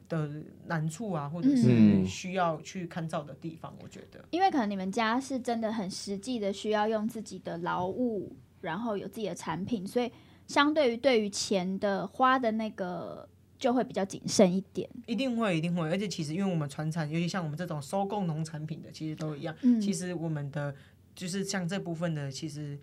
Speaker 1: 的难处啊，或者是
Speaker 3: 嗯
Speaker 1: 需要去看照的地方，我觉得
Speaker 2: 因为可能你们家是真的很实际的需要用自己的劳务，然后有自己的产品，所以相对于对于钱的花的那个就会比较谨慎一点。
Speaker 1: 一定会，一定会。而且其实，因为我们传产，尤其像我们这种收购农产品的，其实都一样。
Speaker 2: 嗯，
Speaker 1: 其实我们的就是像这部分的，其实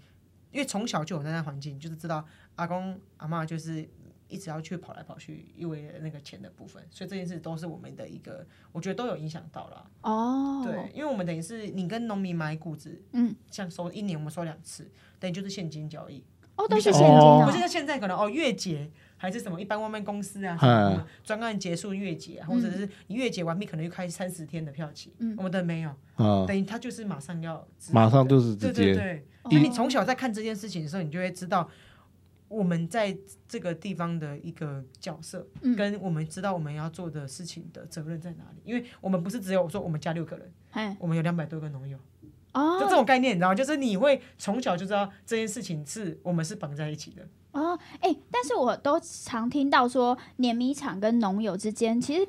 Speaker 1: 因为从小就有那样的环境，就是知道阿公阿嬷就是一直要去跑来跑去，因为那个钱的部分，所以这件事都是我们的一个，我觉得都有影响到啦。
Speaker 2: 哦，
Speaker 1: 对，因为我们等于是你跟农民买谷子，
Speaker 2: 嗯，
Speaker 1: 像收一年我们收两次，等于就是现金交易，
Speaker 2: 哦，都是现
Speaker 1: 你想
Speaker 2: 金
Speaker 3: 哦
Speaker 1: 不是
Speaker 2: 哦，
Speaker 1: 像现在可能哦月结。还是什么一般外面公司啊，
Speaker 3: 嗯
Speaker 1: 什么专案结束月结、啊，或者是你月结完毕可能又开三十天的票期，
Speaker 2: 嗯
Speaker 1: 我们的没有，
Speaker 3: 嗯，
Speaker 1: 等于他就是马上要知道
Speaker 3: 马上
Speaker 1: 的
Speaker 3: 就是直
Speaker 1: 对对
Speaker 3: 接
Speaker 1: 对，
Speaker 2: 哦
Speaker 1: 因为你从小在看这件事情的时候，你就会知道我们在这个地方的一个角色，
Speaker 2: 嗯
Speaker 1: 跟我们知道我们要做的事情的责任在哪里。因为我们不是只有说我们家六个人，
Speaker 2: 哎，
Speaker 1: 我们有两百多个农友，
Speaker 2: 哦
Speaker 1: 就这种概念，你知道吗，就是你会从小就知道这件事情是我们是绑在一起的。
Speaker 2: 哦，哎，但是我都常听到说碾米厂跟农友之间其实。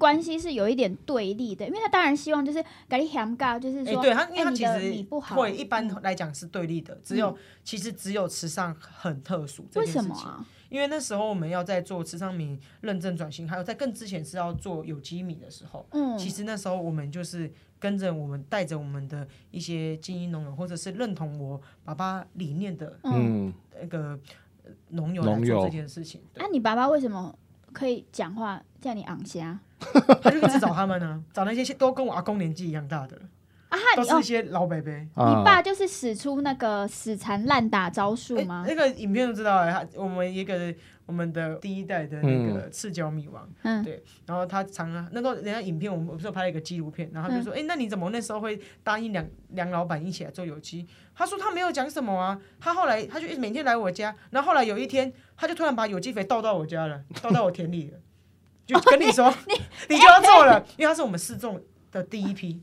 Speaker 2: 关系是有一点对立的，因为他当然希望就是咖喱咸尬，就是
Speaker 1: 哎、
Speaker 2: 说，
Speaker 1: 对他，因为他
Speaker 2: 你
Speaker 1: 其
Speaker 2: 的你
Speaker 1: 实
Speaker 2: 不好，
Speaker 1: 会一般
Speaker 2: 嗯
Speaker 1: 来讲是对立的，只有、其实只有池上很特殊这
Speaker 2: 为
Speaker 1: 件事
Speaker 2: 什
Speaker 1: 情。
Speaker 2: 么啊？
Speaker 1: 因为那时候我们要在做池上米认证转型，还有在更之前是要做有机米的时候，
Speaker 2: 嗯，
Speaker 1: 其实那时候我们就是跟着我们带着我们的一些精英农友，或者是认同我爸爸理念的
Speaker 2: 嗯，
Speaker 3: 嗯，
Speaker 1: 那个呃农友来
Speaker 3: 农
Speaker 1: 做
Speaker 3: 友
Speaker 1: 这件事情，对
Speaker 2: 啊，，你爸爸为什么可以讲话叫你昂虾
Speaker 1: 他就一直找他们呢、找那些都跟我阿公年纪一样大的，
Speaker 2: 啊？
Speaker 1: 都
Speaker 2: 你
Speaker 1: 是
Speaker 2: 哦
Speaker 1: 一，些老伯伯。
Speaker 3: 啊
Speaker 2: 你爸就是使出那个死缠烂打招数
Speaker 1: 诶
Speaker 2: 吗？
Speaker 1: 那个影片就知道了，他我们一个我们的第一代的
Speaker 3: 嗯
Speaker 1: 那个赤脚米王，
Speaker 2: 嗯
Speaker 1: 对，然后他常常那时候人家影片，我们不是有拍了一个纪录片，然后他就说，哎、那你怎么那时候会答应梁梁老板一起来做有机？他说他没有讲什么啊，他后来他就一直每天来我家，然后后来有一天他就突然把有机肥倒到我家了，倒到我田里了，就跟哦你说，你就要做了，因为他是我们试种的第一批，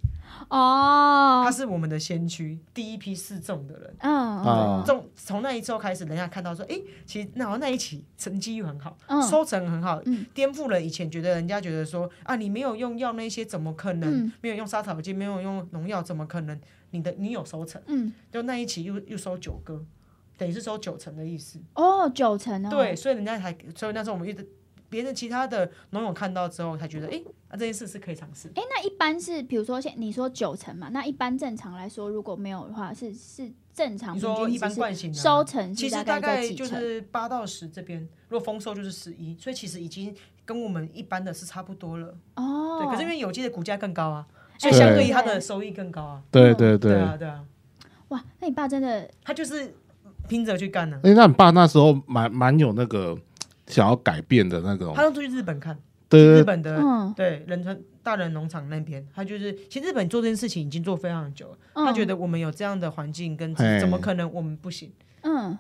Speaker 1: 他
Speaker 2: 哦，
Speaker 1: 是我们的先驱，第一批试种的人。
Speaker 2: 嗯
Speaker 3: 啊
Speaker 2: 嗯
Speaker 1: 从从那一周开始，人家看到说，诶，其实那那一期成绩又很好，
Speaker 2: 嗯
Speaker 1: 收成很好
Speaker 2: 嗯，
Speaker 1: 颠覆了以前觉得人家觉得说啊，你没有用药那些怎么可能
Speaker 2: 嗯？
Speaker 1: 没有用杀草剂，没有用农药怎么可能？你的你有收成，
Speaker 2: 嗯，
Speaker 1: 就那一期又又收九个，等于是收九成的意思。
Speaker 2: 哦，九成哦，
Speaker 1: 对，，所以人家才，所以那时候我们遇到别人其他的农友看到之后，才觉得，诶，啊这件事是可以尝试的。
Speaker 2: 哎，那一般是比如说现你说九成嘛，那一般正常来说，如果没有的话，是是正常
Speaker 1: 你
Speaker 2: 平
Speaker 1: 说
Speaker 2: 均
Speaker 1: 一
Speaker 2: 值
Speaker 1: 般
Speaker 2: 是
Speaker 1: 惯性、啊、
Speaker 2: 收成是
Speaker 1: 其实
Speaker 2: 大
Speaker 1: 大
Speaker 2: 概在
Speaker 1: 概
Speaker 2: 几
Speaker 1: 就
Speaker 2: 成？
Speaker 1: 是八到十这边，如果丰收就是十一，所以其实已经跟我们一般的是差不多了。
Speaker 2: 哦，
Speaker 1: 对，可是因为有机的股价更高啊，所
Speaker 2: 哎
Speaker 1: 以相对于它
Speaker 2: 对
Speaker 1: 的收益更高啊。
Speaker 3: 对对
Speaker 1: 对
Speaker 3: 对。
Speaker 1: 啊，对啊，
Speaker 2: 哇，那你爸真的
Speaker 1: 他就是拼着去干呢、啊
Speaker 3: 哎，那你爸那时候蛮蛮有那个想要改变的那种
Speaker 1: 他，都出去日本看，
Speaker 3: 对
Speaker 1: 日
Speaker 3: 对
Speaker 1: 本的、
Speaker 2: 嗯
Speaker 1: 对仁川大人农场那边，他就是其实日本做这件事情已经做非常久了，
Speaker 2: 嗯
Speaker 1: 他觉得我们有这样的环境跟
Speaker 3: 哎
Speaker 1: 怎么可能我们不行？
Speaker 2: 嗯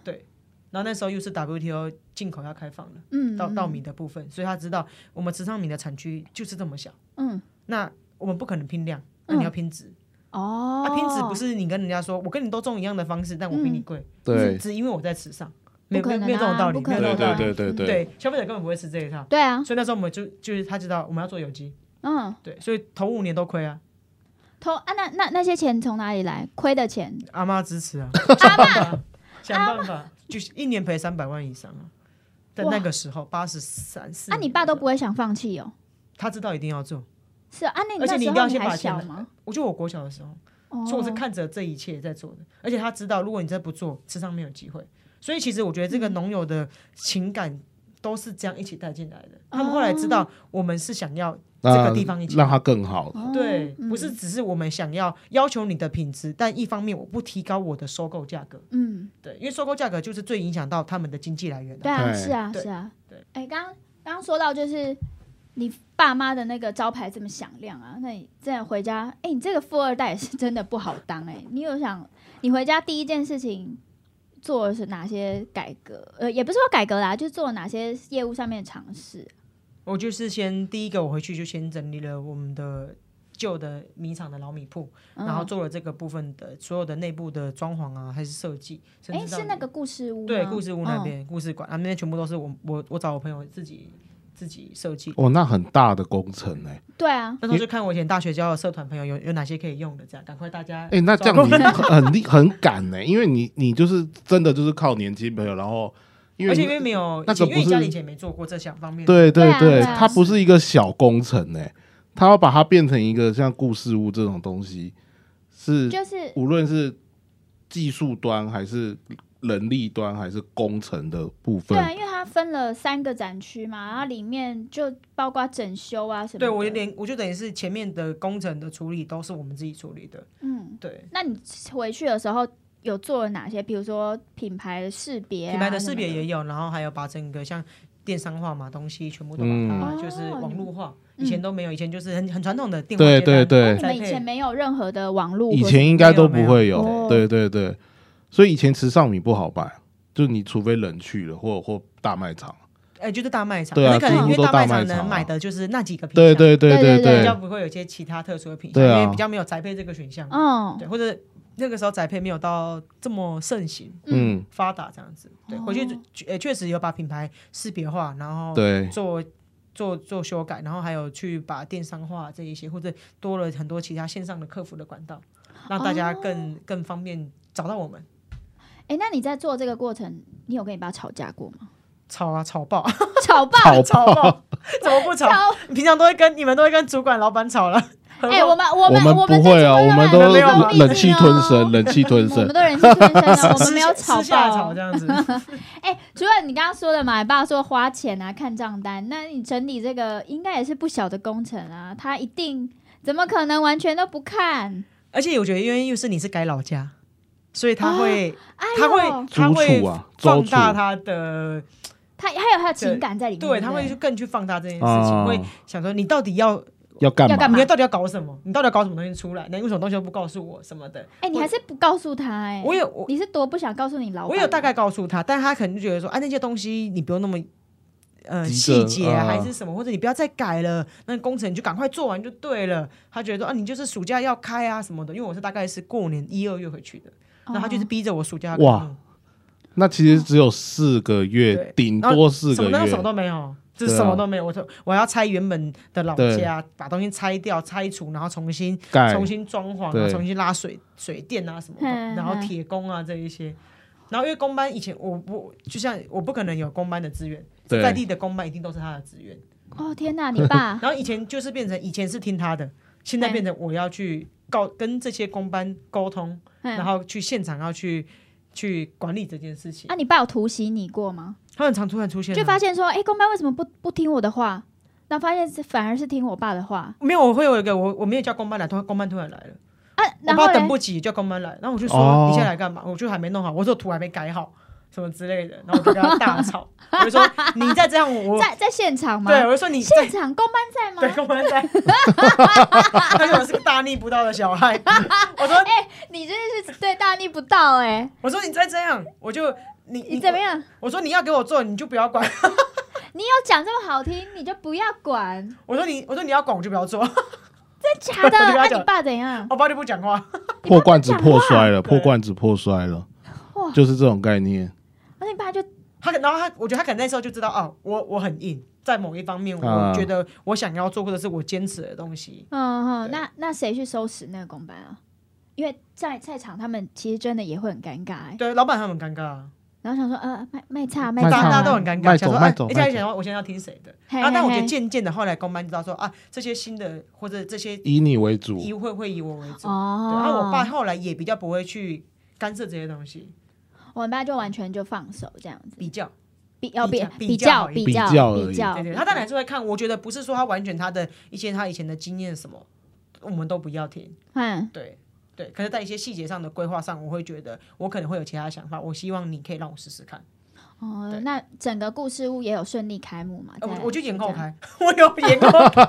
Speaker 1: 然后那时候又是 WTO 进口要开放了，
Speaker 2: 嗯
Speaker 1: 稻
Speaker 2: 嗯
Speaker 1: 稻米的部分，所以他知道我们池上米的产区就是这么小。
Speaker 2: 嗯
Speaker 1: 那我们不可能拼量，那你要拼值。
Speaker 2: 哦，
Speaker 1: 那、拼值不是你跟人家说，我跟你都种一样的方式，但我比你贵，只
Speaker 3: 对
Speaker 1: 只因为我在池上，没
Speaker 2: 不
Speaker 1: 有没
Speaker 2: 可能啊
Speaker 1: 有没有这种道理，
Speaker 2: 不可
Speaker 1: 没有
Speaker 2: 能
Speaker 1: 这
Speaker 2: 啊
Speaker 3: 对
Speaker 1: 种道
Speaker 3: 对对
Speaker 1: 理。
Speaker 3: 对对，
Speaker 1: 对，消费者根本不会吃这一套，
Speaker 2: 对啊，
Speaker 1: 所以那时候我们就就是他知道我们要做有机，
Speaker 2: 嗯，
Speaker 1: 对，所以头五年都亏啊，
Speaker 2: 投啊，那那那些钱从哪里来？亏的钱 [LAUGHS]
Speaker 1: 阿妈支持啊，阿妈想办法，就是一年赔三百万以上啊，的
Speaker 2: 哇
Speaker 1: 那个时候，八十三四。
Speaker 2: 啊，你爸都不会想放弃哦。
Speaker 1: 他知道一定要做，
Speaker 2: 是啊，啊那
Speaker 1: 而且
Speaker 2: 那
Speaker 1: 你
Speaker 2: 时
Speaker 1: 一定要
Speaker 2: 候你
Speaker 1: 先
Speaker 2: 还
Speaker 1: 把
Speaker 2: 小
Speaker 1: 钱
Speaker 2: 吗？
Speaker 1: 我就我国小的时候，
Speaker 2: 哦，
Speaker 1: 所以我是看着这一切在做的，而且他知道，如果你再不做，吃上没有机会。所以其实我觉得
Speaker 2: 嗯
Speaker 1: 这个农友的情感都是这样一起带进来的。
Speaker 2: 哦
Speaker 1: 他们后来知道我们是想要，
Speaker 3: 那
Speaker 1: 这个地方一起
Speaker 3: 让它更好。
Speaker 2: 哦
Speaker 1: 对，
Speaker 2: 嗯
Speaker 1: 不是只是我们想要要求你的品质，但一方面我不提高我的收购价格，
Speaker 2: 嗯，
Speaker 1: 对，因为收购价格就是最影响到他们的经济来源的
Speaker 2: 对。啊，
Speaker 3: 对
Speaker 2: 是啊，
Speaker 1: 对
Speaker 2: 是啊
Speaker 1: 对。
Speaker 2: 哎，刚刚刚说到就是你爸妈的那个招牌这么响亮啊，那你这样回家，哎，你这个富二代也是真的不好当哎。 [LAUGHS] 你有想你回家第一件事情做的是哪些改革？呃，也不是说改革啦，就是做了哪些业务上面的尝试。
Speaker 1: 我就是先第一个，我回去就先整理了我们的旧的米厂的老米铺，
Speaker 2: 嗯
Speaker 1: 然后做了这个部分的所有的内部的装潢啊，还是设计，甚
Speaker 2: 哎，
Speaker 1: 至到
Speaker 2: 是那个故事屋
Speaker 1: 对
Speaker 2: 吗
Speaker 1: 故事屋那
Speaker 2: 嗯
Speaker 1: 边、故事馆，他们啊那边全部都是我我我找我朋友自己自己设计。
Speaker 3: 哦，那很大的工程哎、
Speaker 2: 对啊，
Speaker 1: 那时候就看我以前大学教的社团朋友有有哪些可以用的，这样赶快大家
Speaker 3: 哎、那这
Speaker 1: 找
Speaker 3: 样你很厉很赶呢、因为你你就是真的就是靠年轻朋友，然后因为
Speaker 1: 而且因为没有以
Speaker 3: 那
Speaker 1: 前，
Speaker 3: 个不
Speaker 1: 因为
Speaker 3: 是
Speaker 1: 家里以前没做过这项方面，，
Speaker 3: 对
Speaker 2: 对啊
Speaker 3: 对，
Speaker 2: 对啊
Speaker 3: 它不是一个小工程哎、它要把它变成一个像故事屋这种东西，是
Speaker 2: 就是
Speaker 3: 无论是技术端还是人力端还是工程的部
Speaker 2: 对
Speaker 3: 分，
Speaker 2: 啊，因为它分了三个展区嘛，然后里面就包括整修啊什么的。
Speaker 1: 对我连我就等于是前面的工程的处理都是我们自己处理的，
Speaker 2: 嗯，
Speaker 1: 对，
Speaker 2: 那你回去的时候有做了哪些？比如说品牌的识别、啊，
Speaker 1: 品牌的
Speaker 2: 什么
Speaker 1: 识别也有，然后还有把整个像电商化嘛东西全部都把
Speaker 2: 嗯
Speaker 1: 它就是
Speaker 2: 哦
Speaker 1: 网络化，
Speaker 2: 嗯
Speaker 1: 以前都没有，以前就是很很传统的电话
Speaker 3: 对
Speaker 1: 接单
Speaker 3: 对对
Speaker 2: 哦你们以前没有任何的网络，
Speaker 3: 以前应该都不会
Speaker 2: 没有
Speaker 3: 有，
Speaker 2: 没
Speaker 3: 对对对，所以以前吃上米不好卖，就你除非人去了，或或大卖场，
Speaker 1: 哎就是大卖场，
Speaker 3: 对啊
Speaker 1: 可能因为
Speaker 3: 几乎都大
Speaker 1: 大卖
Speaker 3: 卖
Speaker 1: 场
Speaker 3: 场啊
Speaker 1: 能买的就是那几个品
Speaker 3: 对
Speaker 1: 项，
Speaker 3: 对对
Speaker 2: 对
Speaker 1: 比较
Speaker 3: 对，
Speaker 1: 不会有一些其他特殊的品项，
Speaker 3: 对啊
Speaker 1: 因为比较没有宅配这个选项，
Speaker 2: 嗯
Speaker 1: 对，或者那个时候宅配没有到这么盛行
Speaker 3: 嗯，
Speaker 1: 发达这样子，对，
Speaker 2: 哦
Speaker 1: 回去就呃确实有把品牌识别化，然后
Speaker 3: 对
Speaker 1: 做做做修改，然后还有去把电商化这一些，或者多了很多其他线上的客服的管道，让大家更、
Speaker 2: 哦
Speaker 1: 更方便找到我们。
Speaker 2: 哎，那你在做这个过程，你有跟你爸吵架过吗？ [LAUGHS]
Speaker 1: 吵啊，吵爆，
Speaker 2: 吵爆！
Speaker 3: 好
Speaker 1: 吵爆，怎么
Speaker 2: [LAUGHS]
Speaker 1: 不 [LAUGHS] 吵？
Speaker 2: 吵！
Speaker 1: 平常都会跟你们都会跟主管、老板吵了。
Speaker 2: [LAUGHS] 哎，我们我
Speaker 3: 我
Speaker 2: 们我
Speaker 3: 不
Speaker 2: 们
Speaker 3: 会
Speaker 2: 在
Speaker 3: 啊，
Speaker 2: 节目
Speaker 3: 我
Speaker 2: 上
Speaker 3: 们
Speaker 2: 面
Speaker 3: 都
Speaker 1: 我们没有啊
Speaker 3: 冷气吞声，冷气吞
Speaker 2: 我
Speaker 3: 声
Speaker 2: 们。都人气吞声啊，我们没有
Speaker 1: [LAUGHS] 私
Speaker 2: 吵
Speaker 1: 私下
Speaker 2: 爆
Speaker 1: 吵
Speaker 2: 哦 [LAUGHS]
Speaker 1: 这。样子，
Speaker 2: 哎、除了你刚刚说的嘛，你爸说花钱啊、看账单，那你整理这个应该也是不小的工程啊，他一定怎么可能完全都不看？
Speaker 1: 而且我觉得，因为又是你是该老家，所以他会、
Speaker 2: 哎呦，
Speaker 1: 他会 [LAUGHS] 他
Speaker 3: 租
Speaker 1: 会
Speaker 3: 处啊
Speaker 1: 放
Speaker 3: 租处
Speaker 1: 大他的，
Speaker 2: 他还有他的情感在里面，
Speaker 1: 对，他
Speaker 2: 不
Speaker 1: 会去更去放大这件事情，
Speaker 3: 啊
Speaker 1: 会，想说你到底要
Speaker 3: 要干
Speaker 2: 要干
Speaker 3: 嘛
Speaker 2: 嘛？
Speaker 1: 你到底要搞什么？你到底要搞什么东西出来？那你为什么东西都不告诉我什么的？
Speaker 2: 哎、你还是不告诉他哎、
Speaker 1: 我有我
Speaker 2: 你是多不想告诉你老板？
Speaker 1: 我有大概告诉他，但他可能就觉得说，啊，那些东西你不用那么。呃，
Speaker 3: 急
Speaker 1: 细
Speaker 3: 着
Speaker 1: 节啊
Speaker 3: 啊
Speaker 1: 还是什么，或者你不要再改了，那工程你就赶快做完就对了。他觉得说啊，你就是暑假要开啊什么的，因为我是大概是过年一二月回去的，
Speaker 2: 哦，
Speaker 1: 然后他就是逼着我暑假要
Speaker 3: 哇
Speaker 1: 开幕
Speaker 3: 那其实只有四个月
Speaker 1: 嗯对，
Speaker 3: 顶多四
Speaker 1: 什
Speaker 3: 个
Speaker 1: 么都
Speaker 3: 月
Speaker 1: 什么。都没有，就
Speaker 3: 对
Speaker 1: 是
Speaker 3: 啊
Speaker 1: 什么都没有。我说我要拆原本的老
Speaker 3: 对
Speaker 1: 家，把东西拆掉、拆除，然后重新
Speaker 3: 盖
Speaker 1: 重新装潢，
Speaker 3: 哎对
Speaker 1: 然后重新拉水水电啊什么的，
Speaker 2: 嗯
Speaker 1: 然后
Speaker 2: 嗯
Speaker 1: 铁工啊这一些。然后因为工班以前我不就像我不可能有工班的资源，
Speaker 3: 对
Speaker 1: 在地的工班一定都是他的资源。
Speaker 2: 哦天哪，你
Speaker 1: [LAUGHS]
Speaker 2: 爸
Speaker 1: 然后以前就是变成以前是听他的，现
Speaker 2: 嗯
Speaker 1: 在变成我要去告跟这些工班沟通，
Speaker 2: 嗯
Speaker 1: 然后去现场要去去管理这件事情
Speaker 2: 啊，。你爸有突袭你过吗？
Speaker 1: 他很常突然出现啊，
Speaker 2: 就发现说，哎、公班为什么不不听我的话？那发现是反而是听我爸的话
Speaker 1: 没有，我会有一个我我没有叫工班来，突然工班突然来了，
Speaker 2: 啊，
Speaker 1: 我
Speaker 2: 然后
Speaker 1: 爸等
Speaker 2: 嘞
Speaker 1: 不及叫工班来，然后我就说、
Speaker 3: 哦
Speaker 1: 你现在来干嘛？我就还没弄好，我说图还没改好什么之类的，然后我就跟他大
Speaker 3: [LAUGHS]
Speaker 1: 吵，我就说你再这样我，
Speaker 2: 在在现场吗？
Speaker 1: 对我就说你再
Speaker 2: 现场公班在吗？
Speaker 1: 对工班在，他说我是个大逆不道的小
Speaker 2: [LAUGHS]
Speaker 1: 孩，我说
Speaker 2: 你真的是对大逆不道哎、
Speaker 1: 我说你再这样我就你
Speaker 2: 你怎么？样？
Speaker 1: 我说你要给我做你就不要管，
Speaker 2: 你有讲这么好听，你就不要管，真
Speaker 1: 我说你我说你要管我就不要做，
Speaker 2: [LAUGHS] 假的？
Speaker 1: 我就跟
Speaker 2: 那、
Speaker 1: 他讲
Speaker 2: 你爸怎样？
Speaker 1: 我爸就不讲话，
Speaker 3: 破罐子破摔了，
Speaker 1: 对
Speaker 3: 破罐子破摔了
Speaker 2: 哇，
Speaker 3: 就是这种概念。
Speaker 2: 啊那你爸就
Speaker 1: 他可然后他我觉得他可能那时候就知道啊，我我很硬。在某一方面，
Speaker 3: 啊
Speaker 1: 我觉得我想要做或者是我坚持的东西，
Speaker 2: 嗯嗯，
Speaker 1: 对
Speaker 2: 那那谁去收拾那个公班啊？因为在菜场他们其实真的也会很尴尬、欸，
Speaker 1: 对，老板他们很尴尬啊，
Speaker 2: 然后想说呃卖卖菜卖
Speaker 3: 卖
Speaker 1: 大
Speaker 3: 菜
Speaker 2: 菜
Speaker 1: 家大家
Speaker 2: 啊
Speaker 1: 都很尴
Speaker 3: 卖
Speaker 1: 尬，
Speaker 3: 走
Speaker 1: 想说
Speaker 3: 卖
Speaker 1: 哎，
Speaker 3: 走
Speaker 1: 一家
Speaker 3: 卖
Speaker 1: 人
Speaker 3: 走
Speaker 1: 想说我现在要听谁的，
Speaker 2: 嘿
Speaker 1: 然后但我
Speaker 2: 嘿
Speaker 1: 觉得
Speaker 2: 嘿
Speaker 1: 渐渐的后来公班知道说啊，这些新的或者这些
Speaker 3: 以你为主，
Speaker 1: 医会会以我为主，对，
Speaker 2: 哦，
Speaker 1: 然后我爸后来也比较不会去干涉这些东西，
Speaker 2: 我们爸就完全就放手这样子，
Speaker 1: 比较，
Speaker 2: 比要
Speaker 1: 比
Speaker 2: 比
Speaker 1: 较
Speaker 2: 比
Speaker 1: 比较
Speaker 2: 较
Speaker 1: 好一
Speaker 2: 比较
Speaker 3: 比较而
Speaker 1: 点
Speaker 3: 已
Speaker 2: 较
Speaker 1: 对对，，他当然还是会看，我觉得不是说他完全他的一些他以前的经验什么，我们都不要听，
Speaker 2: 嗯，
Speaker 1: 对。对，可是，在一些细节上的规划上，我会觉得我可能会有其他想法。我希望你可以让我试试看。
Speaker 2: 哦
Speaker 1: 对，
Speaker 2: 那整个故事屋也有顺利开幕嘛？
Speaker 1: 呃
Speaker 2: 在
Speaker 1: 我我就延后
Speaker 2: 这样，
Speaker 1: 开， [LAUGHS] 我有延后
Speaker 2: [LAUGHS]
Speaker 1: 开，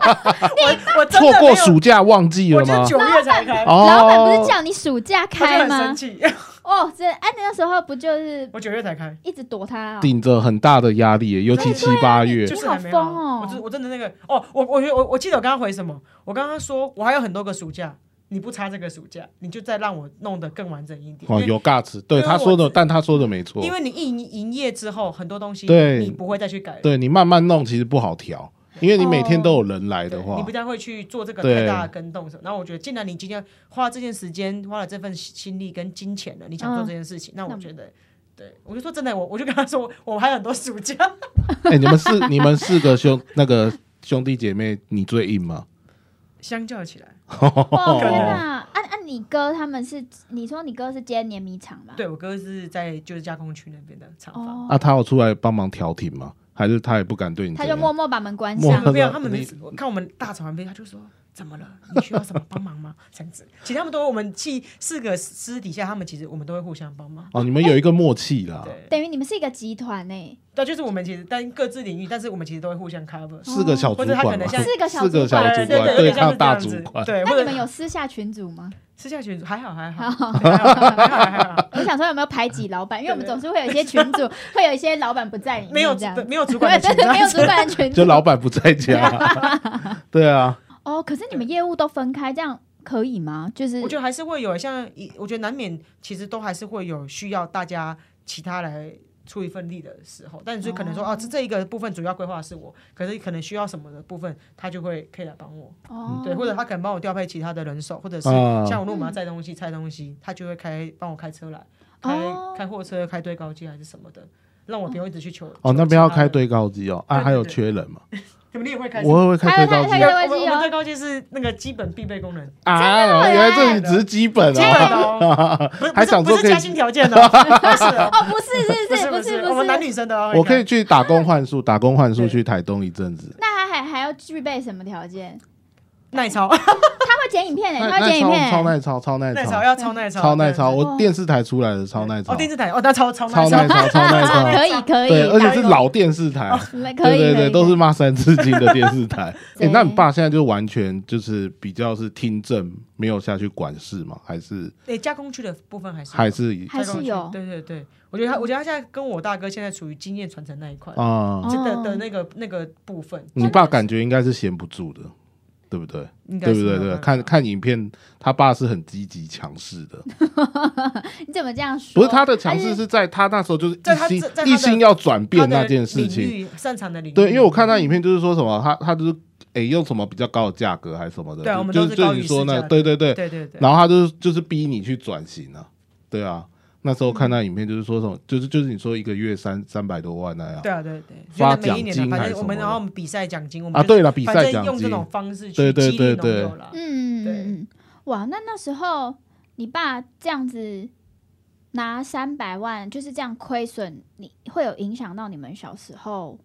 Speaker 1: 我我真
Speaker 3: 错
Speaker 1: 的没有
Speaker 3: 过暑假旺季
Speaker 1: 我
Speaker 3: 了
Speaker 1: 就
Speaker 3: 吗？
Speaker 1: 九月才开，
Speaker 3: 哦，
Speaker 2: 老板不是叫你暑假
Speaker 1: 我就
Speaker 2: 开
Speaker 1: 很
Speaker 2: 吗
Speaker 1: 生？气， [LAUGHS]
Speaker 2: 哦，这哎，那时候不就是
Speaker 1: 我九月才开，
Speaker 2: 一直躲他哦？
Speaker 3: 顶着很大的压力耶，尤其
Speaker 1: 对
Speaker 3: 七八月
Speaker 1: 就，是
Speaker 2: 好
Speaker 1: 还没有
Speaker 2: 疯哦
Speaker 1: 我真我真的那个哦，我我觉得我我记得我刚刚回什么，我刚刚说我还有很多个暑假，你不差这个暑假，你就再让我弄得更完整一点。
Speaker 3: 哦，
Speaker 1: 因为
Speaker 3: 有尬词，对
Speaker 1: 因为
Speaker 3: 他说的，
Speaker 1: 我
Speaker 3: 但他说的没错
Speaker 1: 因，为你一营营业之后，很多东西
Speaker 3: 对
Speaker 1: 你不会再去改了，
Speaker 3: 对你慢慢弄其实不好调，因为你每天都
Speaker 2: 哦
Speaker 3: 有人来的
Speaker 1: 对
Speaker 3: 话
Speaker 1: 你不，太会去做这个
Speaker 3: 对
Speaker 1: 太大的跟动手。然后我觉得，既然你今天花这件时间、花了这份心力跟金钱了，你想
Speaker 2: 嗯
Speaker 1: 做这件事情，那
Speaker 2: 那
Speaker 1: 我
Speaker 2: 么
Speaker 1: 觉得，对我就说真的，我我就跟他说，我还有很多暑假。 [LAUGHS]
Speaker 3: 哎，你们四 [LAUGHS] 你们四个兄那个兄弟姐妹，你最硬吗？
Speaker 1: 相较起来，
Speaker 2: 哦
Speaker 1: 可
Speaker 2: 天
Speaker 1: 能
Speaker 2: 哪！啊啊，你哥他们是，你说你哥是接碾米厂吗？
Speaker 1: 对我哥是在就是加工区那边的厂房。
Speaker 2: 哦，
Speaker 3: 啊，他有出来帮忙调停吗？还是他也不敢对你这
Speaker 2: 他
Speaker 3: 样？
Speaker 2: 就默默把门关
Speaker 3: 默
Speaker 2: 上
Speaker 3: 默。
Speaker 1: 不要，他
Speaker 3: 你
Speaker 1: 们每次我看我们大吵完杯，他就说怎么了？你需要什么帮忙吗？这样子，其实他们都我们去四个私底下，他们其实我们都会互相帮忙。
Speaker 3: 哦，你们有一个默契啦，
Speaker 1: 对，
Speaker 2: 等于你们是一个集团欸呢，
Speaker 1: 那就是我们其实但各自领域，但是我们其实都会互相 cover。
Speaker 3: 四个小主
Speaker 1: 哦或者他可
Speaker 3: 管嘛，
Speaker 1: 能像
Speaker 2: 四个小
Speaker 3: 四个
Speaker 2: 主管
Speaker 3: 小
Speaker 1: 对
Speaker 3: 主
Speaker 1: 对
Speaker 3: 管
Speaker 1: 对，有点像
Speaker 3: 抗
Speaker 1: 是这
Speaker 3: 大
Speaker 1: 样
Speaker 3: 主
Speaker 1: 子。
Speaker 3: 管，
Speaker 1: 对，
Speaker 2: 那
Speaker 1: 或
Speaker 2: 你
Speaker 1: 者
Speaker 2: [LAUGHS] 们有私下群组吗？
Speaker 1: 私下群组还好还好，还好还好
Speaker 2: [LAUGHS]
Speaker 1: 还好，
Speaker 2: 我想说有没有排挤老板，因为我们
Speaker 1: 对
Speaker 2: 总是会有一些群组，会有一些老板不在里面，
Speaker 1: 没有
Speaker 2: 这样
Speaker 1: 对没有
Speaker 2: [LAUGHS]
Speaker 1: 主管的群
Speaker 2: 对没有
Speaker 1: 组啊
Speaker 2: 主。管的群组。
Speaker 3: 就老板不在家， [LAUGHS] 对啊，
Speaker 2: 哦，可是你们业务都分开，这样可以吗？就是
Speaker 1: 我觉得还是会有像一，我觉得难免其实都还是会有需要大家其他来出一份力的时候，但是可能说
Speaker 2: 哦
Speaker 1: 啊，这这一个部分主要规划是我，可是可能需要什么的部分，他就会可以来帮我，
Speaker 2: 哦，
Speaker 1: 对，或者他可能帮我调配其他的人手，或者是
Speaker 3: 啊
Speaker 1: 像我如果我们要载东西、拆东西，他就会开帮我开车来，开
Speaker 2: 哦
Speaker 1: 开货车、开堆高机还是什么的，让我不用一直去求。
Speaker 3: 哦，
Speaker 1: 求
Speaker 3: 那边要
Speaker 1: 其他
Speaker 3: 开
Speaker 1: 人，
Speaker 3: 堆高机哦，啊，
Speaker 1: 对对
Speaker 3: 还有
Speaker 1: 对
Speaker 3: 缺人嘛？
Speaker 1: 怎么你也会开车？
Speaker 3: 我也会开堆高
Speaker 2: 还
Speaker 3: 机
Speaker 2: 有
Speaker 3: 啊
Speaker 2: 还有
Speaker 1: 我们我
Speaker 2: 有
Speaker 1: 们堆高机是那个基本必备
Speaker 3: [LAUGHS]
Speaker 1: 功能，
Speaker 3: 啊！原来这里只是基本
Speaker 1: 基本的
Speaker 3: 哦，
Speaker 1: 哦，不是
Speaker 3: 还想
Speaker 1: 不
Speaker 3: 说
Speaker 1: 是
Speaker 3: 可以
Speaker 1: 不是加薪条件的哦， [LAUGHS] 不是哦
Speaker 2: 哦，不是，是
Speaker 1: 不
Speaker 2: 是，
Speaker 1: 不
Speaker 2: 是，
Speaker 1: 我
Speaker 2: 不
Speaker 1: 们男
Speaker 2: 是。
Speaker 1: 女生的哦，
Speaker 3: 我可以去打工换宿，打工换宿
Speaker 1: 对
Speaker 3: 去台东一阵子。
Speaker 2: 那他还还要具备什么条件？
Speaker 1: 耐操，
Speaker 2: 他会剪影片呢，
Speaker 3: 那
Speaker 2: 他会
Speaker 3: 那
Speaker 2: 剪影片哦
Speaker 3: 超超
Speaker 2: 欸。
Speaker 3: 耐超超耐
Speaker 1: 耐
Speaker 3: 超
Speaker 1: 操要超耐操，
Speaker 3: 超耐超，
Speaker 1: 对
Speaker 3: 我电视台出来的超耐超
Speaker 1: 哦，，电视台哦，那超超
Speaker 3: 超耐
Speaker 1: 操， [LAUGHS]
Speaker 3: 超超耐
Speaker 2: 啊
Speaker 3: 超，
Speaker 2: 可以可以，
Speaker 3: 对，而且是
Speaker 1: 打工
Speaker 3: 老电视
Speaker 1: 哦
Speaker 3: 台，
Speaker 2: 那可
Speaker 3: 对
Speaker 2: 以
Speaker 3: 对
Speaker 2: 可
Speaker 3: 对，
Speaker 2: 以，
Speaker 3: 都是骂三字经的电
Speaker 2: [LAUGHS]
Speaker 3: 视台。哎
Speaker 2: 对，
Speaker 3: 那你爸现在就完全就是比较是听政，没有下去管事嘛？还是
Speaker 1: 对加工区的部分还是有
Speaker 3: 还是
Speaker 2: 还是有
Speaker 1: 对对对，我觉得他，我觉得他现在跟我大哥现在处于经验传承那一块，
Speaker 3: 啊？
Speaker 1: 这的
Speaker 2: 哦
Speaker 1: 的那个那个部分，
Speaker 3: 你爸感觉应该是闲不住的，对不对？
Speaker 1: 应该
Speaker 3: 对
Speaker 1: 是
Speaker 3: 不对？
Speaker 1: 没有
Speaker 3: 对，
Speaker 1: 办法
Speaker 3: 看看影片，他爸是很积极强
Speaker 2: [LAUGHS]
Speaker 3: 势的，
Speaker 2: 你怎么这样说？
Speaker 3: 不是他的强
Speaker 2: 还
Speaker 3: 势
Speaker 2: 是
Speaker 3: 是在他那时候就是
Speaker 1: 在
Speaker 3: 一
Speaker 1: 他
Speaker 3: 心
Speaker 1: 在在他的
Speaker 3: 一心要转变
Speaker 1: 他
Speaker 3: 那
Speaker 1: 的
Speaker 3: 件事
Speaker 1: 领
Speaker 3: 情。
Speaker 1: 域擅长的领域，
Speaker 3: 对，因为我
Speaker 1: 嗯
Speaker 3: 看那影片就是说什么，他他就是诶用什么比较高的价格还是什么的，
Speaker 1: 对啊
Speaker 3: 就
Speaker 1: 我们
Speaker 3: 就
Speaker 1: 都
Speaker 3: 是
Speaker 1: 是
Speaker 3: 就
Speaker 1: 高于
Speaker 3: 你说那
Speaker 1: 市价
Speaker 3: 对对对，
Speaker 1: 对对对，
Speaker 3: 然后他就是就是逼你去转型啊，对啊。那时候
Speaker 1: 嗯
Speaker 3: 看那影片就是说什么，就是就是你说一个月三三百多万那样
Speaker 1: 对啊对对，
Speaker 3: 发
Speaker 1: 就是每一年
Speaker 3: 奖金
Speaker 1: 的，
Speaker 3: 还
Speaker 1: 反
Speaker 3: 是
Speaker 1: 正我们
Speaker 3: 什么的
Speaker 1: 然后我们比赛奖金，我们
Speaker 3: 啊，
Speaker 1: 就是
Speaker 3: 对了，比
Speaker 1: 反
Speaker 3: 赛
Speaker 1: 正
Speaker 3: 奖
Speaker 1: 用这
Speaker 3: 金
Speaker 1: 种方式
Speaker 3: 对
Speaker 1: 去
Speaker 3: 对
Speaker 1: 激
Speaker 3: 对
Speaker 1: 励农
Speaker 3: 对
Speaker 1: 友啦，
Speaker 2: 嗯，
Speaker 1: 对
Speaker 2: 嗯嗯哇，那那时候你爸这样子拿三百万，就是这样亏损，你会有影响到你们小时候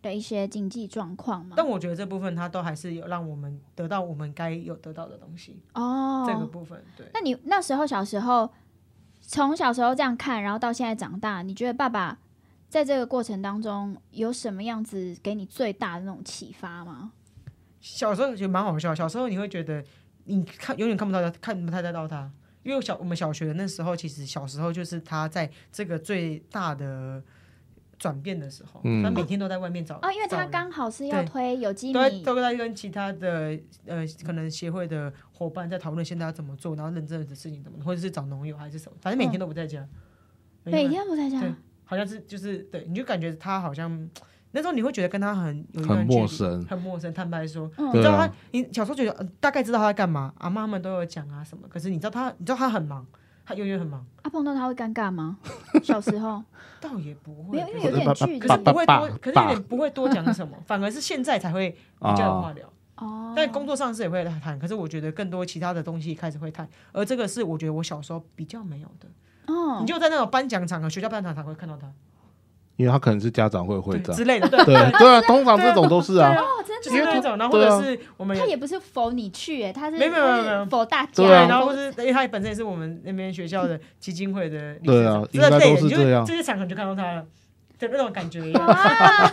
Speaker 2: 的一些经济状况吗？
Speaker 1: 但我觉得这部分他都还是有让我们得到我们该有得到的东西，
Speaker 2: 哦，
Speaker 1: 这个部分对。
Speaker 2: 那你那时候小时候，从小时候这样看，然后到现在长大，你觉得爸爸在这个过程当中有什么样子给你最大的那种启发吗？
Speaker 1: 小时候觉得蛮好笑，小时候你会觉得你看永远看不到他，看不太得到他，因为小我们小学那时候，其实小时候就是他在这个最大的转变的时候，
Speaker 3: 嗯
Speaker 1: 他每天都在外面找
Speaker 2: 哦，因为
Speaker 1: 找
Speaker 2: 他
Speaker 1: 人
Speaker 2: 刚好是要
Speaker 1: 对
Speaker 2: 推有机
Speaker 1: 都在
Speaker 2: 米，
Speaker 1: 都在跟其他的呃可能协会的伙伴在讨论现在要怎么做，然后认真的事情怎么，或者是找农友还是什么，反正每天都不在家，
Speaker 2: 每天不在家
Speaker 1: 对，好像是就是对，你就感觉他好像那时候你会觉得跟他很有一
Speaker 3: 很
Speaker 1: 段距
Speaker 3: 陌
Speaker 1: 离
Speaker 3: 生
Speaker 1: 很陌生。坦白说，
Speaker 2: 嗯
Speaker 1: 你知
Speaker 3: 对
Speaker 1: 道
Speaker 3: 啊
Speaker 1: 他，你小时候觉得、呃大概知道他在干嘛，阿妈他们都有讲啊什么，可是你知道他，你知道他很忙，他永远很忙，
Speaker 2: 啊，碰到他会尴尬
Speaker 1: [LAUGHS]
Speaker 2: 吗？小时候
Speaker 1: 倒也不会，
Speaker 2: 没有，因为
Speaker 1: 可
Speaker 2: 有
Speaker 1: 是
Speaker 2: 点距离
Speaker 1: 可是不会
Speaker 3: 爸爸
Speaker 1: 多，可是
Speaker 3: 爸
Speaker 1: 有点不会多讲什么， [LAUGHS] 反而是现在才会比较有话聊。
Speaker 2: 哦。
Speaker 1: 但工作上是也会谈，可是我觉得更多其他的东西开始会谈，而这个是我觉得我小时候比较没有的。
Speaker 2: 哦
Speaker 1: 你，就在那种颁奖场合、学校颁奖场合会看到他，
Speaker 3: 因为他可能是家长会会
Speaker 1: 对
Speaker 3: 长，
Speaker 1: 之类的，对 [LAUGHS]
Speaker 3: 对对啊，通常这种都是啊，
Speaker 2: 哦，真
Speaker 1: 就是
Speaker 2: 的
Speaker 1: 那
Speaker 2: 哦，
Speaker 1: 种，然后或
Speaker 3: 对啊
Speaker 1: 者是我们
Speaker 2: 他也不是否你去，哎，他是
Speaker 1: 没有没有没有没有
Speaker 2: 他是否大家，
Speaker 3: 对啊
Speaker 1: 然后或是因为他本身也是我们那边学校的基金会的理事
Speaker 3: 对
Speaker 1: 长
Speaker 3: 啊，
Speaker 1: 之类
Speaker 3: 应该都
Speaker 1: 的，
Speaker 3: 是
Speaker 1: 你就
Speaker 3: 这样
Speaker 1: 这些场合你就看到他了。的那种感觉一样，
Speaker 2: 啊，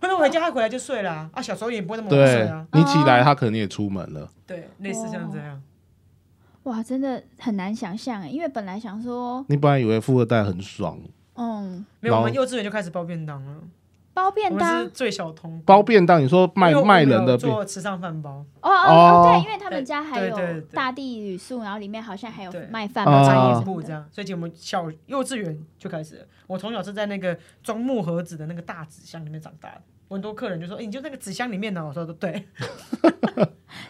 Speaker 1: 或者回家他回来就睡啦、啊。小时候也不会那么晚睡
Speaker 3: 对
Speaker 1: 啊，哦
Speaker 3: 你起来他可能也出门了，
Speaker 1: 对，类似像这样。
Speaker 2: 哇，真的很难想象哎，因为本来想说，
Speaker 3: 你本来以为富二代很爽，
Speaker 2: 嗯，
Speaker 1: 没有，我们
Speaker 3: 然
Speaker 1: 幼稚园就开始包便当了，
Speaker 2: 包
Speaker 1: 我
Speaker 2: 便
Speaker 1: 们
Speaker 2: 当
Speaker 1: 是，最小童工
Speaker 3: 包便当，你说卖
Speaker 1: 因为我们
Speaker 3: 卖
Speaker 1: 有
Speaker 3: 人的便，
Speaker 1: 做池上饭包，
Speaker 2: 哦哦
Speaker 3: 哦
Speaker 2: 哦，对，因为他们家还
Speaker 1: 对对
Speaker 2: 有
Speaker 1: 对
Speaker 2: 大地旅宿，然后里面好像还有
Speaker 1: 对
Speaker 2: 卖饭
Speaker 3: 啊
Speaker 1: 餐
Speaker 2: 嘛
Speaker 1: 饮，部这样，所以其实我们小幼稚园就开始了。我从小是在那个装木盒子的那个大纸箱里面长大的。我很多客人就说：“哎、你就那个纸箱里面呢？”我说：“对，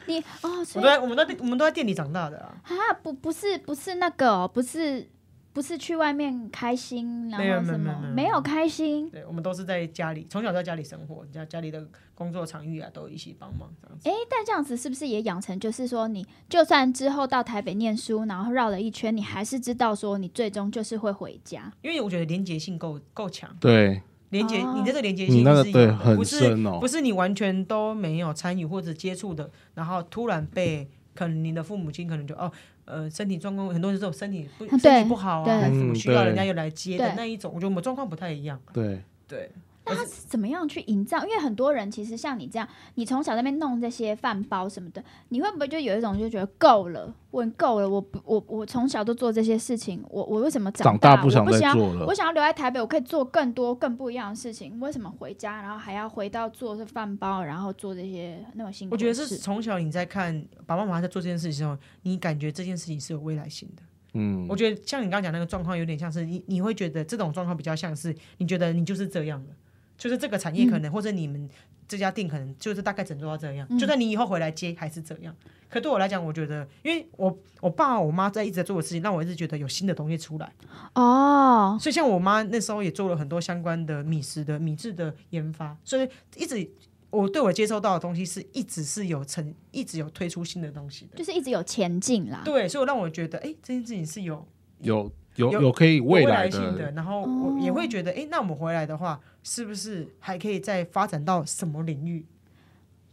Speaker 2: 你哦，
Speaker 1: 我
Speaker 2: 所
Speaker 1: 都
Speaker 2: 以
Speaker 1: 在，我们都在，我们都在店里长大的啊。
Speaker 2: 啊，不不是不是那个哦，不是不是去外面开心，然
Speaker 1: 没有
Speaker 2: 后什
Speaker 1: 没有
Speaker 2: 么
Speaker 1: 没有
Speaker 2: 没有开心，
Speaker 1: 对，我们都是在家里，从小在家里生活，家家里的工作场域啊，都一起帮忙这样子。
Speaker 2: 哎，但这样子是不是也养成就是说你就算之后到台北念书，然后绕了一圈，你还是知道说你最终就是会回家，
Speaker 1: 因为我觉得连结性够够强，
Speaker 3: 对
Speaker 1: 连结、
Speaker 2: 哦
Speaker 1: 你这个连结性
Speaker 3: 你那个
Speaker 1: 是有
Speaker 3: 对
Speaker 1: 的
Speaker 3: 很
Speaker 1: 不是
Speaker 3: 深哦，
Speaker 1: 不是你完全都没有参与或者接触的，然后突然被可能你的父母亲可能就哦，呃，身体状况，很多人是有身体不
Speaker 2: 对
Speaker 1: 身体不好啊，
Speaker 2: 对
Speaker 1: 还是什么
Speaker 3: 嗯
Speaker 1: 需要
Speaker 3: 对
Speaker 1: 人家又来接的
Speaker 2: 对
Speaker 1: 那一种，我觉得我们状况不太一样。
Speaker 3: 对
Speaker 1: 对，
Speaker 2: 那他是怎么样去营造？因为很多人其实像你这样，你从小在那边弄这些饭包什么的，你会不会就有一种就觉得够了，我很够了，我不我我从小都做这些事情，我我为什么
Speaker 3: 长
Speaker 2: 大
Speaker 3: 大不想
Speaker 2: 我不
Speaker 3: 再
Speaker 2: 想
Speaker 3: 做了
Speaker 2: 我，想要留在台北，我可以做更多、更不一样的事情。为什么回家，然后还要回到做这饭包，然后做这些那种辛苦
Speaker 1: 我
Speaker 2: 的
Speaker 1: 觉
Speaker 2: 事？
Speaker 1: 得是从小你在看爸爸妈妈在做这件事情之后，你感觉这件事情是有未来性的。
Speaker 3: 嗯
Speaker 1: 我，觉得像你刚刚讲那个状况，有点像是你你会觉得这种状况比较像是你觉得你就是这样的，就是这个产
Speaker 2: 嗯
Speaker 1: 业可能、或者你们这家店可能就是大概整做到这样，
Speaker 2: 嗯
Speaker 1: 就算你以后回来接还是这样。可对我来讲，我觉得因为我我爸我妈在一直在做的事情，让我一直觉得有新的东西出来。
Speaker 2: 哦，
Speaker 1: 所以像我妈那时候也做了很多相关的米食的米制的研发，所以一直我对我接收到的东西是一直是有成，一直有推出新的东西的。
Speaker 2: 就是一直有前进啦。
Speaker 1: 对，所以让我觉得，哎、这件事情是有
Speaker 3: 有有
Speaker 1: 有
Speaker 3: 有可以未
Speaker 1: 来
Speaker 3: 来
Speaker 1: 性
Speaker 3: 的，
Speaker 1: 然后
Speaker 2: 哦
Speaker 1: 我也会觉得，哎、那我们回来的话，是不是还可以再发展到什么领域
Speaker 2: 哦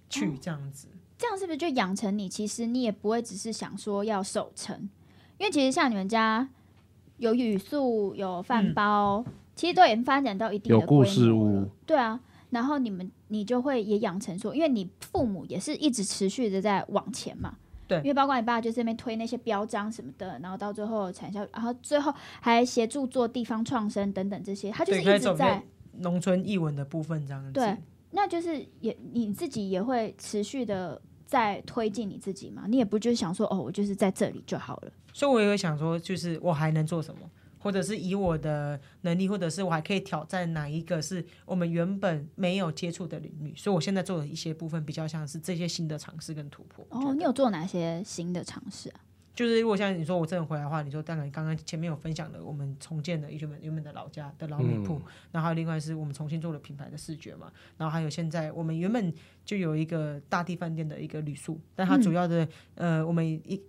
Speaker 1: 去？这样子，
Speaker 2: 这样是不是就养成你？其实你也不会只是想说要守成，因为其实像你们家有语速、有
Speaker 1: 嗯
Speaker 2: 饭包，其实都已经发展到一定的
Speaker 3: 有故事
Speaker 2: 规模了
Speaker 3: 屋
Speaker 2: 对啊。然后你们你就会也养成说，因为你父母也是一直持续的在往前嘛。
Speaker 1: 对
Speaker 2: 因为包括你爸就这边推那些标章什么的，然后到最后产销，然后最后还协助做地方创生等等这些，他就是
Speaker 1: 对，
Speaker 2: 一
Speaker 1: 开始
Speaker 2: 直
Speaker 1: 走比
Speaker 2: 在
Speaker 1: 较农村译文的部分这样子。
Speaker 2: 对那就是也你自己也会持续的在推进你自己嘛？你也不就是想说哦，我就是在这里就好了。
Speaker 1: 所以我也会想说，就是我还能做什么，或者是以我的能力，或者是我还可以挑战哪一个是我们原本没有接触的领域。所以我现在做的一些部分，比较像是这些新的尝试跟突破。我觉
Speaker 2: 哦，
Speaker 1: 得
Speaker 2: 你有做哪些新的尝试啊？
Speaker 1: 就是如果像你说我真的回来的话，你说当然刚刚前面有分享的，我们重建的原本原本的老家的老米铺，然后还有另外是我们重新做了品牌的视觉嘛，然后还有现在我们原本就有一个大地饭店的一个旅宿，但它主要的、呃我们一。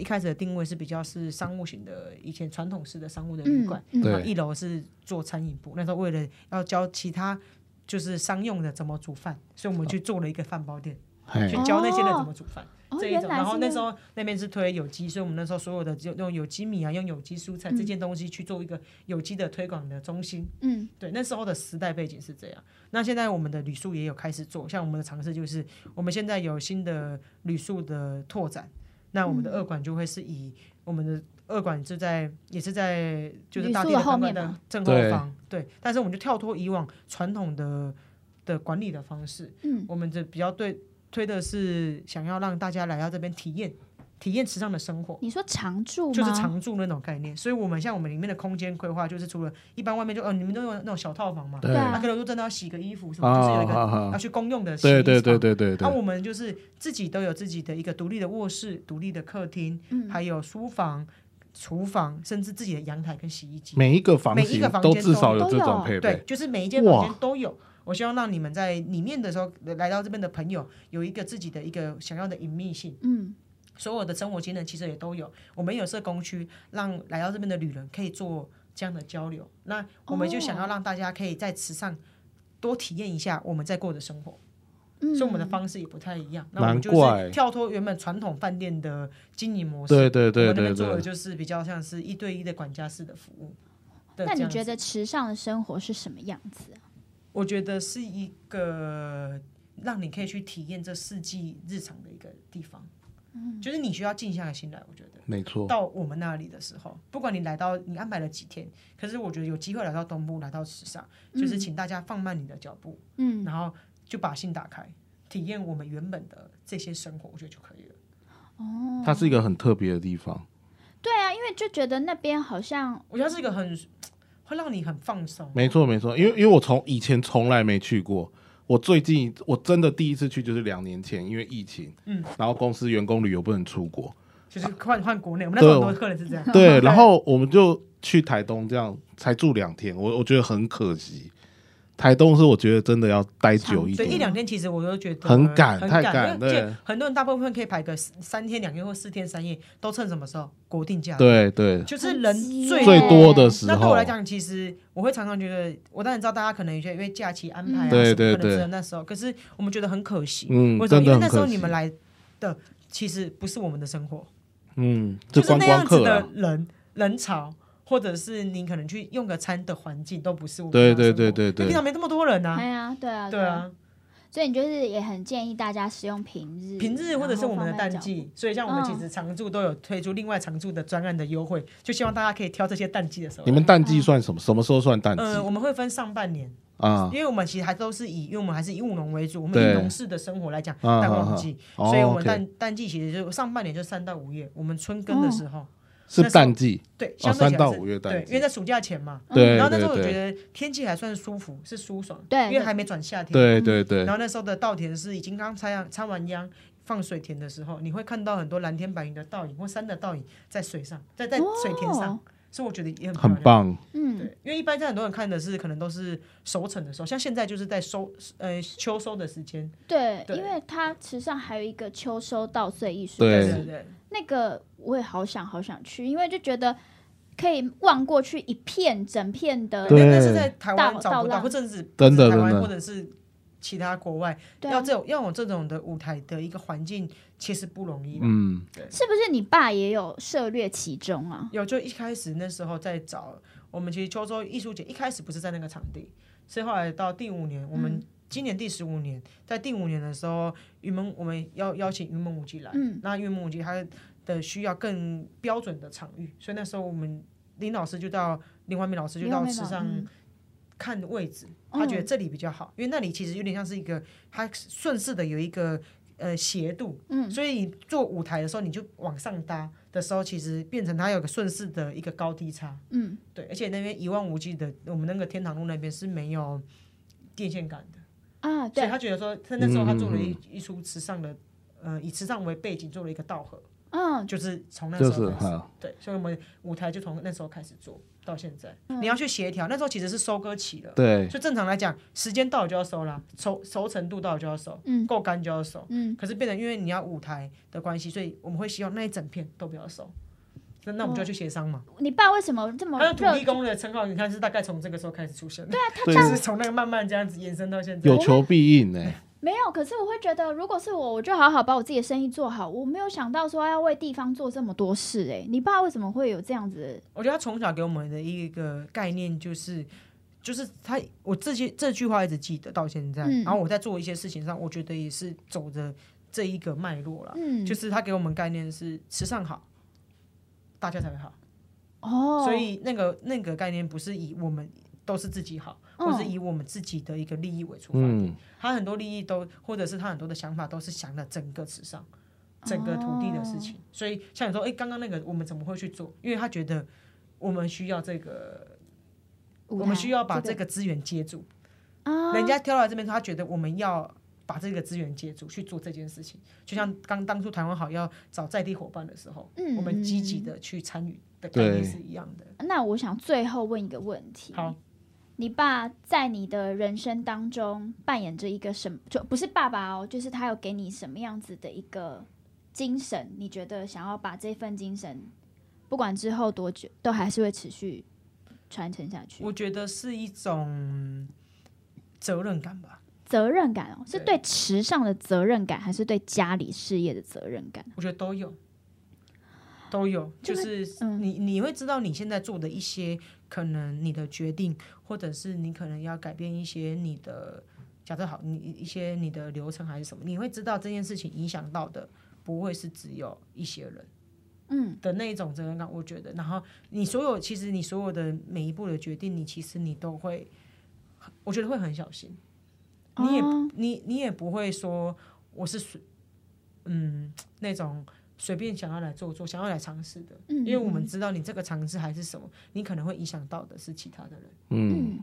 Speaker 1: 一开始的定位是比较是商务型的，以前传统式的商务的旅馆，
Speaker 2: 嗯
Speaker 3: 对
Speaker 1: 然后一楼是做餐饮部。那时候为了要教其他就是商用的怎么煮饭，所以我们去做了一个饭包店，
Speaker 3: 嘿
Speaker 1: 去，教那些人怎么煮饭。
Speaker 2: 哦，
Speaker 1: 这一
Speaker 2: 原
Speaker 1: 种。
Speaker 2: 来
Speaker 1: 然后
Speaker 2: 是
Speaker 1: 那
Speaker 2: 个
Speaker 1: 时候那边是推有机，所以我们那时候所有的就用有机米啊，用有机蔬菜这件东西去做一个有机的推广的中心。
Speaker 2: 嗯
Speaker 1: 对，那时候的时代背景是这样。那现在我们的旅宿也有开始做，像我们的尝试就是，我们现在有新的旅宿的拓展。那我们的二馆就会是以我们的二馆就在也是在就是大地
Speaker 2: 旅宿的后
Speaker 1: 馆
Speaker 2: 面
Speaker 1: 的
Speaker 2: 嘛
Speaker 1: 正后
Speaker 3: 对
Speaker 1: 方，对。但是我们就跳脱以往传统的的管理的方式，
Speaker 2: 嗯
Speaker 1: 我们这比较对推的是想要让大家来到这边体验体验时尚的生活，
Speaker 2: 你说常住吗？
Speaker 1: 就是常住那种概念。所以，我们像我们里面的空间规划，就是除了一般外面就哦，你们都有那种小套房嘛，
Speaker 3: 对
Speaker 2: 对
Speaker 1: 那
Speaker 2: 啊
Speaker 1: 可能就真的要洗个衣服什么，就是有一个
Speaker 3: 啊
Speaker 1: 要，去公用的洗衣
Speaker 3: 对对
Speaker 1: 厂
Speaker 3: 对。对对
Speaker 1: 那、
Speaker 3: 对，
Speaker 1: 啊我们就是自己都有自己的一个独立的卧室、独立的客厅，
Speaker 2: 嗯
Speaker 1: 还有书房，厨房，甚至自己的阳台跟洗衣机，
Speaker 3: 每一个房
Speaker 1: 每一
Speaker 3: 型
Speaker 1: 个房
Speaker 3: 都
Speaker 1: 间
Speaker 3: 至
Speaker 1: 都
Speaker 3: 少有
Speaker 2: 都
Speaker 3: 这种
Speaker 2: 有
Speaker 3: 配
Speaker 1: 对
Speaker 3: 备，，
Speaker 1: 就是每一间房间
Speaker 3: 哇
Speaker 1: 都有。我希望让你们在里面的时候，来到这边的朋友有一个自己的一个想要的隐秘性。
Speaker 2: 嗯，
Speaker 1: 所有的生活技能其实也都有。我们有社工区，让来到这边的旅人可以做这样的交流。那我们就想要让大家可以在池上多体验一下我们在过的生活，
Speaker 2: 嗯
Speaker 1: 所以我们的方式也不太一样。那
Speaker 3: 难
Speaker 1: 我们就
Speaker 3: 怪
Speaker 1: 是跳脱原本传统饭店的经营模式，
Speaker 3: 对对
Speaker 1: 我
Speaker 3: 对
Speaker 1: 们那
Speaker 3: 对
Speaker 1: 边做的
Speaker 3: 对。
Speaker 1: 就是比较像是一对一的管家式的服务。的
Speaker 2: 那
Speaker 1: 这
Speaker 2: 你
Speaker 1: 样
Speaker 2: 觉
Speaker 1: 子
Speaker 2: 得池上的生活是什么样子啊？
Speaker 1: 我觉得是一个让你可以去体验这四季日常的一个地方。就是你需要静下心来，我觉得。
Speaker 3: 没错，
Speaker 1: 到我们那里的时候，不管你来到你安排了几天，可是我觉得有机会来到东部，来到时尚，就是请大家放慢你的脚步，
Speaker 2: 嗯，
Speaker 1: 然后就把心打开，体验我们原本的这些生活，我觉得就可以了。
Speaker 3: 它是一个很特别的地方。
Speaker 2: 对啊，因为就觉得那边好像
Speaker 1: 我觉得它是一个很会让你很放松，
Speaker 3: 没错没错，因为因为我从以前从来没去过，我最近我真的第一次去就是两年前，因为疫情，嗯，然后公司员工旅游不能出国，
Speaker 1: 就是换换国内，我们那时候很多客人是这样。
Speaker 3: 对，然后我们就去台东，这样才住两天，我我觉得很可惜。台东是我觉得真的要待久一
Speaker 1: 所以一
Speaker 3: 点，
Speaker 1: 两天其实我都觉得
Speaker 3: 很赶
Speaker 1: 很
Speaker 3: 太赶
Speaker 1: 赶，因为
Speaker 3: 对
Speaker 1: 而且很多人大部分可以排个三天两夜或四天三夜，都趁什么时候？国定假日，
Speaker 3: 对对，
Speaker 1: 就是人
Speaker 2: 很挤
Speaker 1: 最
Speaker 2: 耶
Speaker 3: 最多的时
Speaker 1: 那对我
Speaker 3: 候
Speaker 1: 来，讲，其实我会常常觉得，我当然知道大家可能有些因为假期安排啊，
Speaker 3: 嗯对
Speaker 1: 什么
Speaker 3: 对
Speaker 1: 可能只
Speaker 3: 对
Speaker 1: 有那时候，可是我们觉得很可惜。
Speaker 3: 嗯，
Speaker 1: 为什么？
Speaker 3: 真
Speaker 1: 因
Speaker 3: 的
Speaker 1: 为
Speaker 3: 很
Speaker 1: 那时候
Speaker 3: 可
Speaker 1: 你
Speaker 3: 惜
Speaker 1: 们，来的其实不是我们的生活，
Speaker 3: 嗯，这
Speaker 1: 就是
Speaker 3: 观
Speaker 1: 那
Speaker 3: 光
Speaker 1: 样子
Speaker 3: 客啊
Speaker 1: 的，人人潮，或者是你可能去用个餐的环境，都不是我们
Speaker 3: 对
Speaker 1: 的生活
Speaker 3: 对对对对
Speaker 1: 因为平常没这么多人
Speaker 2: 哎
Speaker 1: 啊。
Speaker 2: 呀，对啊，
Speaker 1: 对，啊，
Speaker 2: 所以你就是也很建议大家使用平日，
Speaker 1: 平日或者是我们的
Speaker 2: 然
Speaker 1: 淡
Speaker 2: 后放慢脚步，
Speaker 1: 季，所以像我们其
Speaker 2: 嗯
Speaker 1: 实常驻都有推出另外常驻的专案的优惠，就希望大家可以挑这些淡季的时候来。
Speaker 3: 你们淡季算什么？什么时候算淡季
Speaker 1: 呃，我们会分上半年，
Speaker 3: 啊？
Speaker 1: 因为我们其实还都是以，因为我们还是以务农为主，我们
Speaker 3: 对
Speaker 1: 以农事的生活来讲，
Speaker 3: 啊
Speaker 1: 淡旺季，
Speaker 3: 啊啊
Speaker 1: 所以
Speaker 3: 哦
Speaker 1: 我们
Speaker 3: OK
Speaker 1: 淡淡季其实就上半年就三到五月，我们春耕
Speaker 2: 哦
Speaker 1: 的时候，
Speaker 3: 是
Speaker 1: 那时候
Speaker 3: 淡季，
Speaker 1: 对，
Speaker 3: 哦，
Speaker 1: 相对
Speaker 3: 三
Speaker 1: 起来
Speaker 3: 到
Speaker 1: 是
Speaker 3: 五月淡
Speaker 1: 对，因
Speaker 3: 季
Speaker 1: 为，在暑假前嘛，嗯
Speaker 3: 对
Speaker 1: 然后那时候我
Speaker 3: 对
Speaker 1: 觉
Speaker 3: 对
Speaker 1: 得天气还算舒服，是舒爽，
Speaker 2: 对
Speaker 1: 因为还没转夏天，
Speaker 3: 对对对
Speaker 1: 嗯然，后那时候的稻田是已经刚插秧、插完秧。放水田的时候，你会看到很多蓝天白云的倒影或山的倒影在水上，在在水田上，
Speaker 2: 哦
Speaker 1: 所以我觉得也很漂
Speaker 3: 很
Speaker 1: 亮
Speaker 3: 棒，
Speaker 2: 嗯，
Speaker 1: 对，因为一般在很多人看的是，可能都是收成的时候，像现在就是在收呃秋收的时间，
Speaker 2: 对，
Speaker 1: 对
Speaker 2: 因为它池上还有一个秋收稻穗艺术
Speaker 3: 对
Speaker 1: 对
Speaker 2: 季，
Speaker 1: 对，
Speaker 2: 那个我也好想好想去，因为就觉得可以望过去一片整片的，
Speaker 3: 对
Speaker 1: 对，但是在台湾
Speaker 2: 到
Speaker 1: 找
Speaker 2: 到
Speaker 1: 不到，
Speaker 2: 浪
Speaker 1: 或者是
Speaker 3: 真的
Speaker 1: 台
Speaker 3: 真
Speaker 1: 湾
Speaker 3: 的
Speaker 1: 或者是其他国外，
Speaker 2: 对
Speaker 1: 要
Speaker 2: 啊
Speaker 1: 这种要有这种的舞台的一个环境，其实不容易。
Speaker 3: 嗯，
Speaker 2: 是不是你爸也有涉略其中啊？
Speaker 1: 有就一开始那时候在找，我们其实秋收艺术节一开始不是在那个场地，是后来到第五年，我
Speaker 2: 嗯
Speaker 1: 们今年第十五年，在第五年的时候，云门我们要邀请云门舞集来，
Speaker 2: 嗯
Speaker 1: 那云门舞集它的需要更标准的场域，所以那时候我们林老师就到林怀民老师就
Speaker 2: 林怀
Speaker 1: 到
Speaker 2: 民
Speaker 1: 池
Speaker 2: 老
Speaker 1: 上
Speaker 2: 嗯
Speaker 1: 看位置，他觉得这里比较好，因为那里其实有点像是一个它顺势的有一个呃斜度，
Speaker 2: 嗯
Speaker 1: 所以你做舞台的时候你就往上搭的时候，其实变成它有个顺势的一个高低差，
Speaker 2: 嗯，
Speaker 1: 对，而且那边一望无际的，我们那个天堂路那边是没有电线杆的，
Speaker 2: 啊，
Speaker 1: 所以
Speaker 2: 对，
Speaker 1: 他觉得说，他那时候他做了
Speaker 3: 嗯
Speaker 1: 一、一出池上的，呃，以池上为背景做了一个稻荷，
Speaker 2: 嗯，
Speaker 1: 就是从那时
Speaker 3: 就
Speaker 1: 候
Speaker 3: 是
Speaker 1: 开始，
Speaker 3: 哈，
Speaker 1: 对，所以我们舞台就从那时候开始做到现在，
Speaker 2: 嗯
Speaker 1: 你要去协调，那时候其实是收割期了。
Speaker 3: 对，
Speaker 1: 就正常来讲，时间到了就要收啦，熟熟程度到了就要收，
Speaker 2: 嗯
Speaker 1: 够干就要收。
Speaker 2: 嗯，
Speaker 1: 可是变成因为你要舞台的关系，所以我们会希望那一整片都不要收。那那我们就要去协商嘛。
Speaker 2: 你爸为什么这么
Speaker 1: 还有土
Speaker 2: 热
Speaker 1: 地公的称号，你看是大概从这个时候开始出现的，对啊，
Speaker 3: 对，
Speaker 1: [LAUGHS] 就是从那个慢慢这样子延伸到现在。
Speaker 3: 有求必应欸呢。
Speaker 2: 没有，可是我会觉得，如果是我，我就好好把我自己的生意做好。我没有想到说要为地方做这么多事、欸，你爸为什么会有这样子？
Speaker 1: 我觉得他从小给我们的一个概念就是，就是他我这些这句话一直记得到现在。
Speaker 2: 嗯
Speaker 1: 然后我在做一些事情上，我觉得也是走着这一个脉络啦。
Speaker 2: 嗯，
Speaker 1: 就是他给我们概念是时尚好，大家才会好。
Speaker 2: 哦，
Speaker 1: 所以那个那个概念不是以我们都是自己好，
Speaker 2: 嗯
Speaker 1: 或是以我们自己的一个利益为出发点。
Speaker 3: 嗯，
Speaker 1: 他很多利益都，或者是他很多的想法都是想了整个池上、
Speaker 2: 哦
Speaker 1: 整个土地的事情。所以像你说，哎、刚刚那个我们怎么会去做？因为他觉得我们需要这个，
Speaker 2: 舞台
Speaker 1: 我们需要把
Speaker 2: 这
Speaker 1: 这个资源接住。
Speaker 2: 啊，
Speaker 1: 人家挑来这边，他觉得我们要把这个资源接住去做这件事情。就像刚当初台湾好要找在地伙伴的时候，
Speaker 2: 嗯
Speaker 1: 我们积极的去参与的概念
Speaker 3: 对
Speaker 1: 是一样的。
Speaker 2: 那我想最后问一个问题：
Speaker 1: 好，
Speaker 2: 你爸在你的人生当中扮演着一个什么？就不是爸爸哦，就是他有给你什么样子的一个精神？你觉得想要把这份精神，不管之后多久，都还是会持续传承下去？
Speaker 1: 我觉得是一种责任感吧。
Speaker 2: 责任感哦，是
Speaker 1: 对
Speaker 2: 对池上的责任感，还是对家里事业的责任感？
Speaker 1: 我觉得都有，都有，就
Speaker 2: 就是嗯
Speaker 1: 你你会知道你现在做的一些可能你的决定，或者是你可能要改变一些你的，假设好你一些你的流程还是什么，你会知道这件事情影响到的不会是只有一些人。
Speaker 2: 嗯
Speaker 1: 的那一种责任感，我觉得。然后你所有，其实你所有的每一步的决定，你其实你都会，我觉得会很小心。你也、
Speaker 2: 哦
Speaker 1: 你你也不会说我是随，嗯，那种随便想要来做做，想要来尝试的，
Speaker 2: 嗯，
Speaker 1: 因为我们知道你这个尝试还是什么，你可能会影响到的是其他的人。
Speaker 3: 嗯，
Speaker 2: 嗯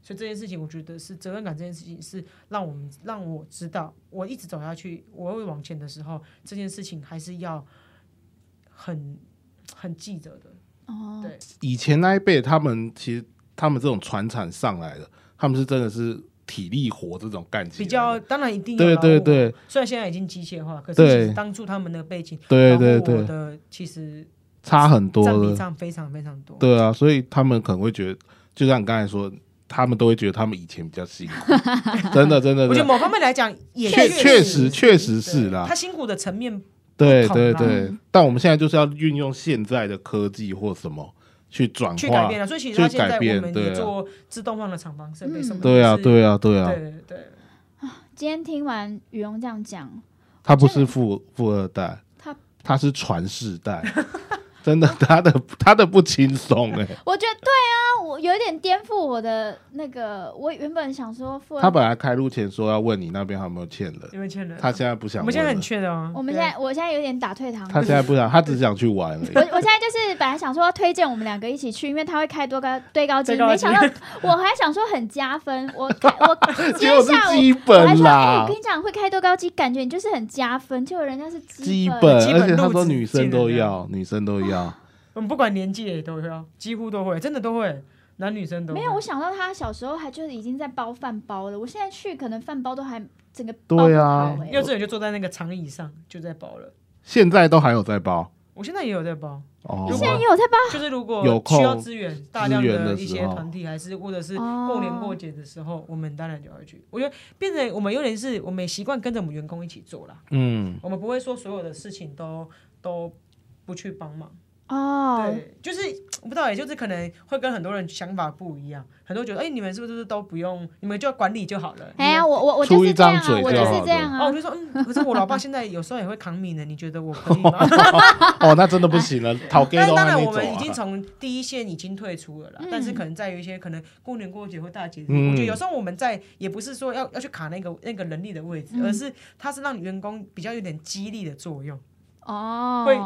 Speaker 1: 所以这件事情，我觉得是责任感这件事情是让我们让我知道，我一直走下去，我会往前的时候，这件事情还是要很很记着的。
Speaker 2: 哦
Speaker 1: 对
Speaker 3: 以前那一辈他们其实他们这种传产上来的，他们是真的是体力活这种干起
Speaker 1: 比
Speaker 3: 来的
Speaker 1: 较当然一定有
Speaker 3: 对
Speaker 1: 劳
Speaker 3: 对
Speaker 1: 务，
Speaker 3: 对
Speaker 1: 虽然现在已经机械化，可是
Speaker 3: 对
Speaker 1: 其实当初他们的背景，
Speaker 3: 对
Speaker 1: 劳
Speaker 3: 对
Speaker 1: 务我
Speaker 3: 对，
Speaker 1: 的其实
Speaker 3: 差很多
Speaker 1: 占比
Speaker 3: 的，
Speaker 1: 上非常非常多。
Speaker 3: 对啊，所以他们可能会觉得，就像你刚才说，他们都会觉得他们以前比较辛
Speaker 1: [LAUGHS]
Speaker 3: 苦，真的真的，
Speaker 1: 我觉
Speaker 3: 真
Speaker 1: 得
Speaker 3: 的
Speaker 1: 某方面来讲，也
Speaker 3: 确确实确实
Speaker 1: 对
Speaker 3: 是啦
Speaker 1: 他，辛苦的层面，
Speaker 3: 对
Speaker 1: 不同
Speaker 3: 对
Speaker 1: 啦
Speaker 3: 对
Speaker 2: 嗯。
Speaker 3: 但我们现在就是要运用现在的科技或什么去转
Speaker 1: 去改
Speaker 3: 化
Speaker 1: 变，了，所以其实到
Speaker 3: 去
Speaker 1: 现在
Speaker 3: 改变
Speaker 1: 我们也
Speaker 3: 对啊
Speaker 1: 做自动化的厂房设备
Speaker 2: 嗯
Speaker 1: 什么的，
Speaker 3: 对啊
Speaker 1: 是
Speaker 3: 对啊对啊，
Speaker 1: 对对。
Speaker 2: 今天听完雨荣这样讲，
Speaker 3: 他不是富富二代，
Speaker 2: 他
Speaker 3: 他是传世代， [LAUGHS] 真的，他的他的不轻松哎。
Speaker 2: 我觉得对啊，我有点颠覆我的那个，我原本想说富
Speaker 3: 他
Speaker 2: 人，
Speaker 3: 本来开录前说要问你那边还有没有欠人，
Speaker 1: 因为欠人，啊
Speaker 3: 他现在不想
Speaker 1: 我
Speaker 3: 问
Speaker 1: 们现在很
Speaker 3: 了，
Speaker 1: 缺的哦。
Speaker 2: 我们
Speaker 1: 对
Speaker 2: 现在我现在有点打退堂鼓。
Speaker 3: 他现在不想，他只想去玩
Speaker 2: 我
Speaker 3: 而已。
Speaker 2: 我现在就是本来想说推荐我们两个一起去，因为他会开多高堆高
Speaker 3: [LAUGHS]
Speaker 2: 机，
Speaker 1: 堆高
Speaker 2: 没
Speaker 1: 机
Speaker 2: 想到我还想说很加分，我开
Speaker 3: [LAUGHS]
Speaker 2: 我
Speaker 3: 结
Speaker 2: 接
Speaker 3: 果是
Speaker 2: 下我
Speaker 3: 基
Speaker 2: 我还
Speaker 3: 本
Speaker 2: 说，哎
Speaker 3: 啦
Speaker 2: 我跟，你讲会开多高机，感觉你就是很加分，结果人家是
Speaker 3: 基
Speaker 2: 本
Speaker 3: 本
Speaker 1: 基，本
Speaker 3: 而且他
Speaker 1: 路
Speaker 3: 说
Speaker 1: 子啊
Speaker 3: 女
Speaker 1: 进
Speaker 3: 生
Speaker 1: 了
Speaker 3: 都
Speaker 1: 这样
Speaker 3: 要，女生都要。
Speaker 1: 我们不管年纪也都要，几乎都会，真的都会，男女生都会
Speaker 2: 没有，我想到他小时候还就是已经在包饭包了，我现在去可能饭包都还整个包
Speaker 3: 对
Speaker 2: 不
Speaker 3: 啊
Speaker 2: 好欸
Speaker 1: 幼稚园就坐在那个长椅上就在包了。
Speaker 3: 现在都还有在包
Speaker 1: 我现在也有在包，
Speaker 3: 哦
Speaker 1: 如
Speaker 2: 现在
Speaker 1: 果
Speaker 2: 也有在包，
Speaker 1: [LAUGHS] 就是如果
Speaker 3: 有空
Speaker 1: 需要资源，大量
Speaker 3: 资源的
Speaker 1: 的一
Speaker 3: 时
Speaker 1: 些
Speaker 3: 候
Speaker 1: 团体，还是或者是
Speaker 2: 哦
Speaker 1: 过年过节的时候，我们当然就要去。我觉得变成我们有点是，我们也习惯跟着我们员工一起做啦，
Speaker 3: 嗯，
Speaker 1: 我们不会说所有的事情都都不去帮忙。
Speaker 2: 哦，
Speaker 1: 对，就是我不知道，也就是可能会跟很多人想法不一样，很多觉得，哎、你们是不是都不用，你们就管理就好了？
Speaker 2: 哎呀，
Speaker 1: 你们。
Speaker 2: 我我我
Speaker 3: 出
Speaker 2: 就是
Speaker 3: 一
Speaker 2: 这样
Speaker 3: 张
Speaker 2: 啊，
Speaker 3: 嘴
Speaker 2: 我
Speaker 3: 就
Speaker 2: 就
Speaker 3: 好
Speaker 2: 是
Speaker 3: 了
Speaker 2: 这样
Speaker 1: 哦，我
Speaker 2: 啊。
Speaker 1: 就说，嗯，可是我老爸现在有时候也会扛米呢，你觉得我可以吗？
Speaker 3: 哦，那真的不行
Speaker 2: 哎
Speaker 3: 了，讨 gay
Speaker 1: 但
Speaker 3: 都
Speaker 1: 是当然，
Speaker 3: 还
Speaker 1: 我
Speaker 3: 没
Speaker 1: 们已经
Speaker 3: 走啊。
Speaker 1: 从第一线已经退出了啦。
Speaker 2: 嗯
Speaker 1: 但是可能在于一些可能过年过节或大节日，
Speaker 3: 嗯
Speaker 1: 我觉得有时候我们在也不是说要要去卡那个那个人力的位置，
Speaker 2: 嗯
Speaker 1: 而是它是让员工比较有点激励的作用。
Speaker 2: 哦
Speaker 1: 会，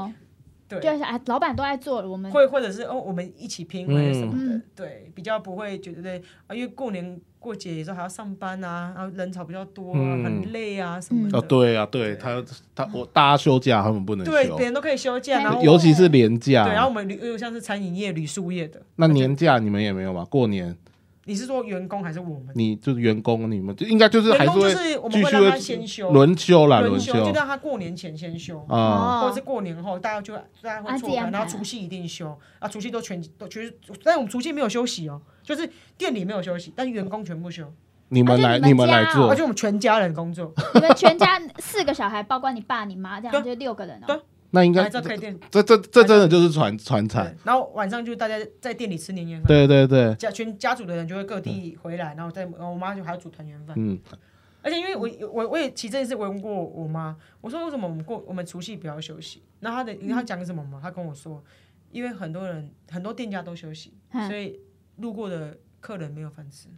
Speaker 1: 对，
Speaker 2: 就是哎，老板都爱做了，我们
Speaker 1: 会或者是哦，我们一起拼或者什么的，
Speaker 2: 嗯
Speaker 1: 对，比较不会觉得啊，因为过年过节有时候还要上班啊，然后人潮比较多啊，
Speaker 3: 嗯
Speaker 1: 很累啊什么的。
Speaker 3: 哦，对啊，对他他我大家休假，他们不能
Speaker 1: 对，
Speaker 3: 休
Speaker 1: 别，人都可以休假，然后
Speaker 2: 对
Speaker 3: 尤其是年
Speaker 1: 对，然后
Speaker 3: 假啊
Speaker 1: 我。们旅又像是餐饮业、旅宿业的，
Speaker 3: 那年假你们也没有吗？过年
Speaker 1: 你是说员工还是我们？
Speaker 3: 你就是员工，你们就应该就是还
Speaker 1: 员
Speaker 3: 是
Speaker 1: 工就
Speaker 3: 会
Speaker 1: 是我们
Speaker 3: 继
Speaker 1: 会
Speaker 3: 续
Speaker 1: 让他
Speaker 3: 会
Speaker 1: 先休，
Speaker 3: 轮休啦，
Speaker 1: 轮
Speaker 3: 轮
Speaker 1: 休就让他过年前先休。
Speaker 3: 啊，
Speaker 1: 或
Speaker 2: 哦
Speaker 1: 者是过年后，大家就大家
Speaker 2: 啊
Speaker 1: 会
Speaker 2: 自
Speaker 1: 错
Speaker 2: 己
Speaker 1: 开，
Speaker 2: 安
Speaker 1: 然后
Speaker 2: 排
Speaker 1: 除夕一定休啊，除夕都全都全，但我们除夕没有休息哦，就是店里没有休息，但是员工全部休，
Speaker 3: 你们来
Speaker 2: 啊就你们
Speaker 3: 们
Speaker 2: 家
Speaker 3: 来
Speaker 1: 而
Speaker 3: 做
Speaker 1: 且，我们全家人工作，
Speaker 2: 你们全家四个小孩，包括你爸、你妈，这样就
Speaker 1: 对
Speaker 2: 六个人哦
Speaker 1: 对。
Speaker 3: 那应该
Speaker 1: 还在
Speaker 3: 这
Speaker 1: 开店。
Speaker 3: 这这这真的就是传传产，
Speaker 1: 对然后晚上就大家在店里吃年夜饭，
Speaker 3: 对嗯对对，
Speaker 1: 家全家族的人就会各地回来，然后再然后我妈就还要煮团圆饭。
Speaker 3: 嗯，
Speaker 1: 而且因为我我我也其实这件事我也问过我妈，我说为什么我们过我们除夕不要休息？然后她的
Speaker 3: 嗯
Speaker 1: 你知道她讲什么吗？她跟我说，因为很多人很多店家都休息，
Speaker 2: 嗯
Speaker 1: 所以路过的客人没有饭吃。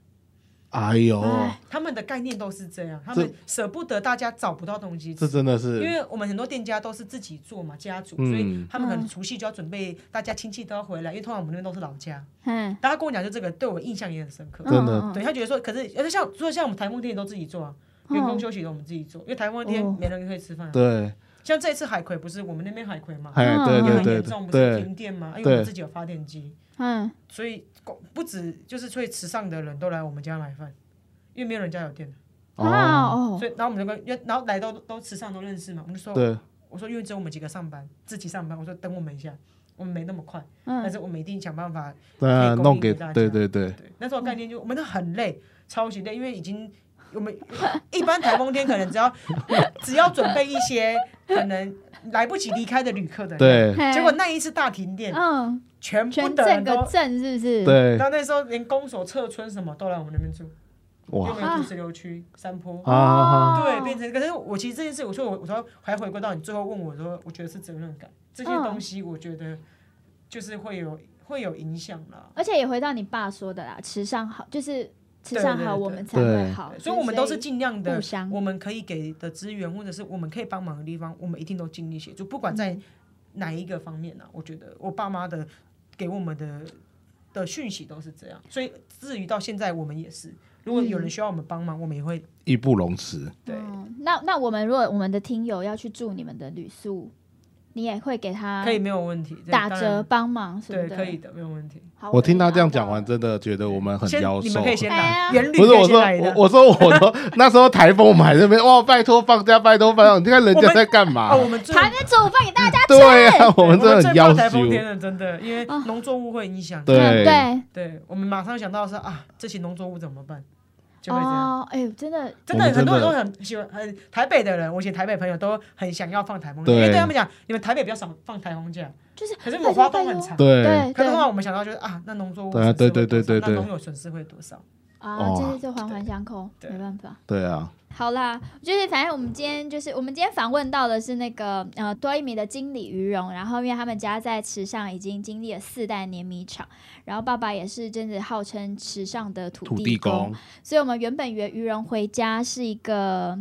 Speaker 3: 哎呦，
Speaker 2: 哎
Speaker 1: 他们的概念都是这样，他们舍不得大家找不到东西
Speaker 3: 这
Speaker 1: 吃。
Speaker 3: 真的
Speaker 1: 因
Speaker 3: 是，
Speaker 1: 为我们很多店家都是自己做嘛，家族，
Speaker 3: 嗯
Speaker 1: 所以他们可能
Speaker 2: 嗯
Speaker 1: 除夕就要准备，大家亲戚都要回来，因为通常我们那边都是老家。
Speaker 2: 嗯，
Speaker 1: 大家跟我讲，就这个对我印象也很深刻。
Speaker 3: 真的
Speaker 2: 嗯嗯嗯
Speaker 1: 对他觉得说，可是而且像说像我们台木店都自己做啊，员工
Speaker 2: 哦
Speaker 1: 休息的我们自己做，因为台风天
Speaker 2: 哦
Speaker 1: 没人可以吃饭啊。
Speaker 3: 对，
Speaker 1: 像这次海葵不是我们那边海葵嘛，
Speaker 3: 哎，对
Speaker 1: 嗯因为
Speaker 3: 对
Speaker 1: 很
Speaker 3: 对
Speaker 1: 严重，不是
Speaker 3: 对
Speaker 1: 停电嘛，因为
Speaker 3: 对
Speaker 1: 我们自己有发电机，
Speaker 2: 嗯，
Speaker 1: 所以公不止就是所以池上的人都来我们家买饭，因为没有人家有电，
Speaker 2: 啊
Speaker 3: 哦，
Speaker 2: 哦，
Speaker 1: 所以然后我们就跟，然后来都都池上都认识嘛，我们就说，
Speaker 3: 对，
Speaker 1: 我说因为只有我们几个上班，自己上班，我说等我们一下，我们没那么快，但
Speaker 2: 嗯，
Speaker 1: 是我们一定想办法。
Speaker 3: 那
Speaker 1: 以供
Speaker 3: 弄
Speaker 1: 应
Speaker 3: 给
Speaker 1: 给大家
Speaker 3: 对对对，
Speaker 1: 对，那时候概念
Speaker 2: 嗯
Speaker 1: 就我们都很累，超级累，因为已
Speaker 2: [LAUGHS]
Speaker 1: 经我们一般台风天可能只要只要准备一些可能来不及离开的旅客的人，
Speaker 3: 对
Speaker 2: 嘿
Speaker 1: 结果那一次大停电，
Speaker 2: 嗯，
Speaker 1: 全部
Speaker 2: 全
Speaker 1: 的
Speaker 2: 整
Speaker 1: 人
Speaker 2: 个
Speaker 1: 都。
Speaker 2: 镇是不是？，
Speaker 3: 对
Speaker 1: 然，后那时候连公所、撤村什么都来我们那边住，
Speaker 3: 哇
Speaker 1: 因为有土石流区、山坡，
Speaker 2: 哦
Speaker 3: 啊啊，啊
Speaker 1: 对，变成。可是我其实这件事，我说我我说还回归到你最后问我说，我觉得是责任感这些
Speaker 2: 嗯
Speaker 1: 东西，我觉得就是会有会有影响啦。
Speaker 2: 而且也回到你爸说的啦，吃上好就是吃上好，
Speaker 1: 对对对
Speaker 2: 我们才会
Speaker 3: 对
Speaker 2: 好，
Speaker 1: 所以我们都是尽量的
Speaker 2: 互相
Speaker 1: 我们可以给的资源，或者是我们可以帮忙的地方，我们一定都尽力协助，不管在
Speaker 2: 嗯
Speaker 1: 哪一个方面呢、我觉得我爸妈的给我们的的讯息都是这样，所以至于到现在，我们也是，如果有人需要我们帮忙，我们也会
Speaker 3: 义不容辞，
Speaker 1: 对。
Speaker 2: 嗯，那那我们如果我们的听友要去住你们的旅宿，你也会给他
Speaker 1: 可以没有问题，这
Speaker 2: 嗯打
Speaker 1: 当
Speaker 2: 折
Speaker 1: 然。
Speaker 2: 帮忙什么
Speaker 1: 对，
Speaker 2: 的？
Speaker 1: 可以。的，没有问题。
Speaker 2: 好，
Speaker 3: 我听他
Speaker 2: 们
Speaker 3: 这样
Speaker 2: 拿到
Speaker 3: 讲完，
Speaker 2: 了，
Speaker 3: 真的觉得我们很
Speaker 1: 先
Speaker 3: 妖
Speaker 1: 你
Speaker 3: 瘦
Speaker 1: 们可。以先
Speaker 2: 哎呀
Speaker 1: 来，元旅
Speaker 3: 不是
Speaker 1: 可以
Speaker 3: 我
Speaker 1: 先
Speaker 3: 说
Speaker 1: 来的，
Speaker 3: 我我说我
Speaker 1: [LAUGHS]
Speaker 3: 说那时候台风我们还在那边哇拜托放假拜托放假，你看人
Speaker 1: 我
Speaker 3: 家
Speaker 1: 们
Speaker 3: 在干嘛
Speaker 1: 哦，？我们最
Speaker 2: 还没煮饭给大家吃。
Speaker 3: 对啊， [LAUGHS] 我
Speaker 1: 我
Speaker 3: 们真的
Speaker 1: 最
Speaker 3: 很
Speaker 1: 怕
Speaker 3: 妖
Speaker 1: 台风天
Speaker 3: 羞。
Speaker 1: 了，真的，因为
Speaker 2: 啊
Speaker 1: 农作物会影响。
Speaker 3: 对
Speaker 2: 嗯对，
Speaker 1: 对，我们马上想到是啊，这些农作物怎么办？就会这样。
Speaker 2: 哦，哎呦，真的，
Speaker 3: 我
Speaker 1: 真的
Speaker 3: 们
Speaker 1: 很
Speaker 3: 真
Speaker 1: 多人
Speaker 3: 的
Speaker 1: 都很喜欢，很台北的人，我以前台北朋友都很想要放台风假，因为
Speaker 3: 对
Speaker 1: 对他们讲，你们台北比较少放台风假，
Speaker 2: 就是
Speaker 1: 可是我们花东很
Speaker 2: 长，
Speaker 1: 长。
Speaker 3: 对
Speaker 2: 对
Speaker 1: 可是
Speaker 2: 对
Speaker 1: 的话，我们想到就是啊，那农作物
Speaker 3: 对啊
Speaker 1: 损失
Speaker 3: 对
Speaker 1: 会
Speaker 3: 对
Speaker 1: 多少
Speaker 3: 对对
Speaker 1: 那
Speaker 3: 对
Speaker 1: 农友损失会多少？
Speaker 2: 啊，
Speaker 3: 哦
Speaker 2: 这是就环环相扣，
Speaker 1: 对
Speaker 2: 没办法。
Speaker 3: 对啊，
Speaker 2: 好啦，就是反正我们今天就是我们今天访问到的是那个呃多一米的经理于荣，然后因为他们家在池上已经经历了四代碾米厂，然后爸爸也是真的号称池上的土
Speaker 3: 土
Speaker 2: 地
Speaker 3: 地
Speaker 2: 公
Speaker 3: 公，
Speaker 2: 所以我们原本约于荣回家是一个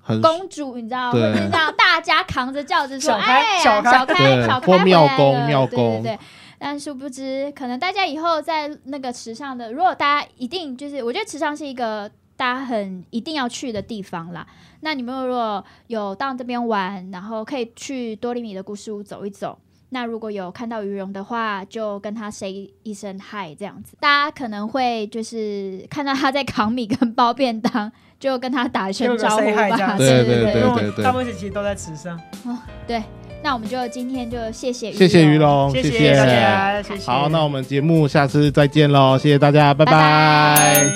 Speaker 3: 很
Speaker 2: 公主，你知道，会
Speaker 3: 对
Speaker 2: 是让大家扛着轿子说，
Speaker 1: 小开
Speaker 2: 哎，小
Speaker 1: 小
Speaker 2: 开
Speaker 1: 开
Speaker 2: 小开
Speaker 3: 对
Speaker 2: 回
Speaker 3: 或
Speaker 2: 来
Speaker 3: 庙公
Speaker 2: 了
Speaker 3: 庙
Speaker 2: 对对
Speaker 3: 公
Speaker 2: 对。但殊不知，可能大家以后在那个池上的，如果大家一定就是，我觉得池上是一个大家很一定要去的地方啦。那你们如果有到这边玩，然后可以去多利米的故事屋走一走。那如果有看到鱼荣的话，就跟他 say 一声嗨，这样子，大家可能会就是看到他在扛米跟包便当，就跟他打一声
Speaker 1: 就有个
Speaker 2: 招呼
Speaker 1: say hi 这样
Speaker 2: 吧。
Speaker 1: 子
Speaker 2: 对
Speaker 3: 对对
Speaker 2: 对
Speaker 1: 因为我
Speaker 3: 对对
Speaker 1: 大部分时期都在池上。
Speaker 2: 那我们就今天就谢谢，
Speaker 3: 谢谢于。龙，
Speaker 1: 谢
Speaker 3: 谢
Speaker 1: 大家，谢谢。
Speaker 3: 好，那我们节目下次再见喽，谢谢大家，拜
Speaker 2: 拜拜
Speaker 3: 拜
Speaker 1: 拜。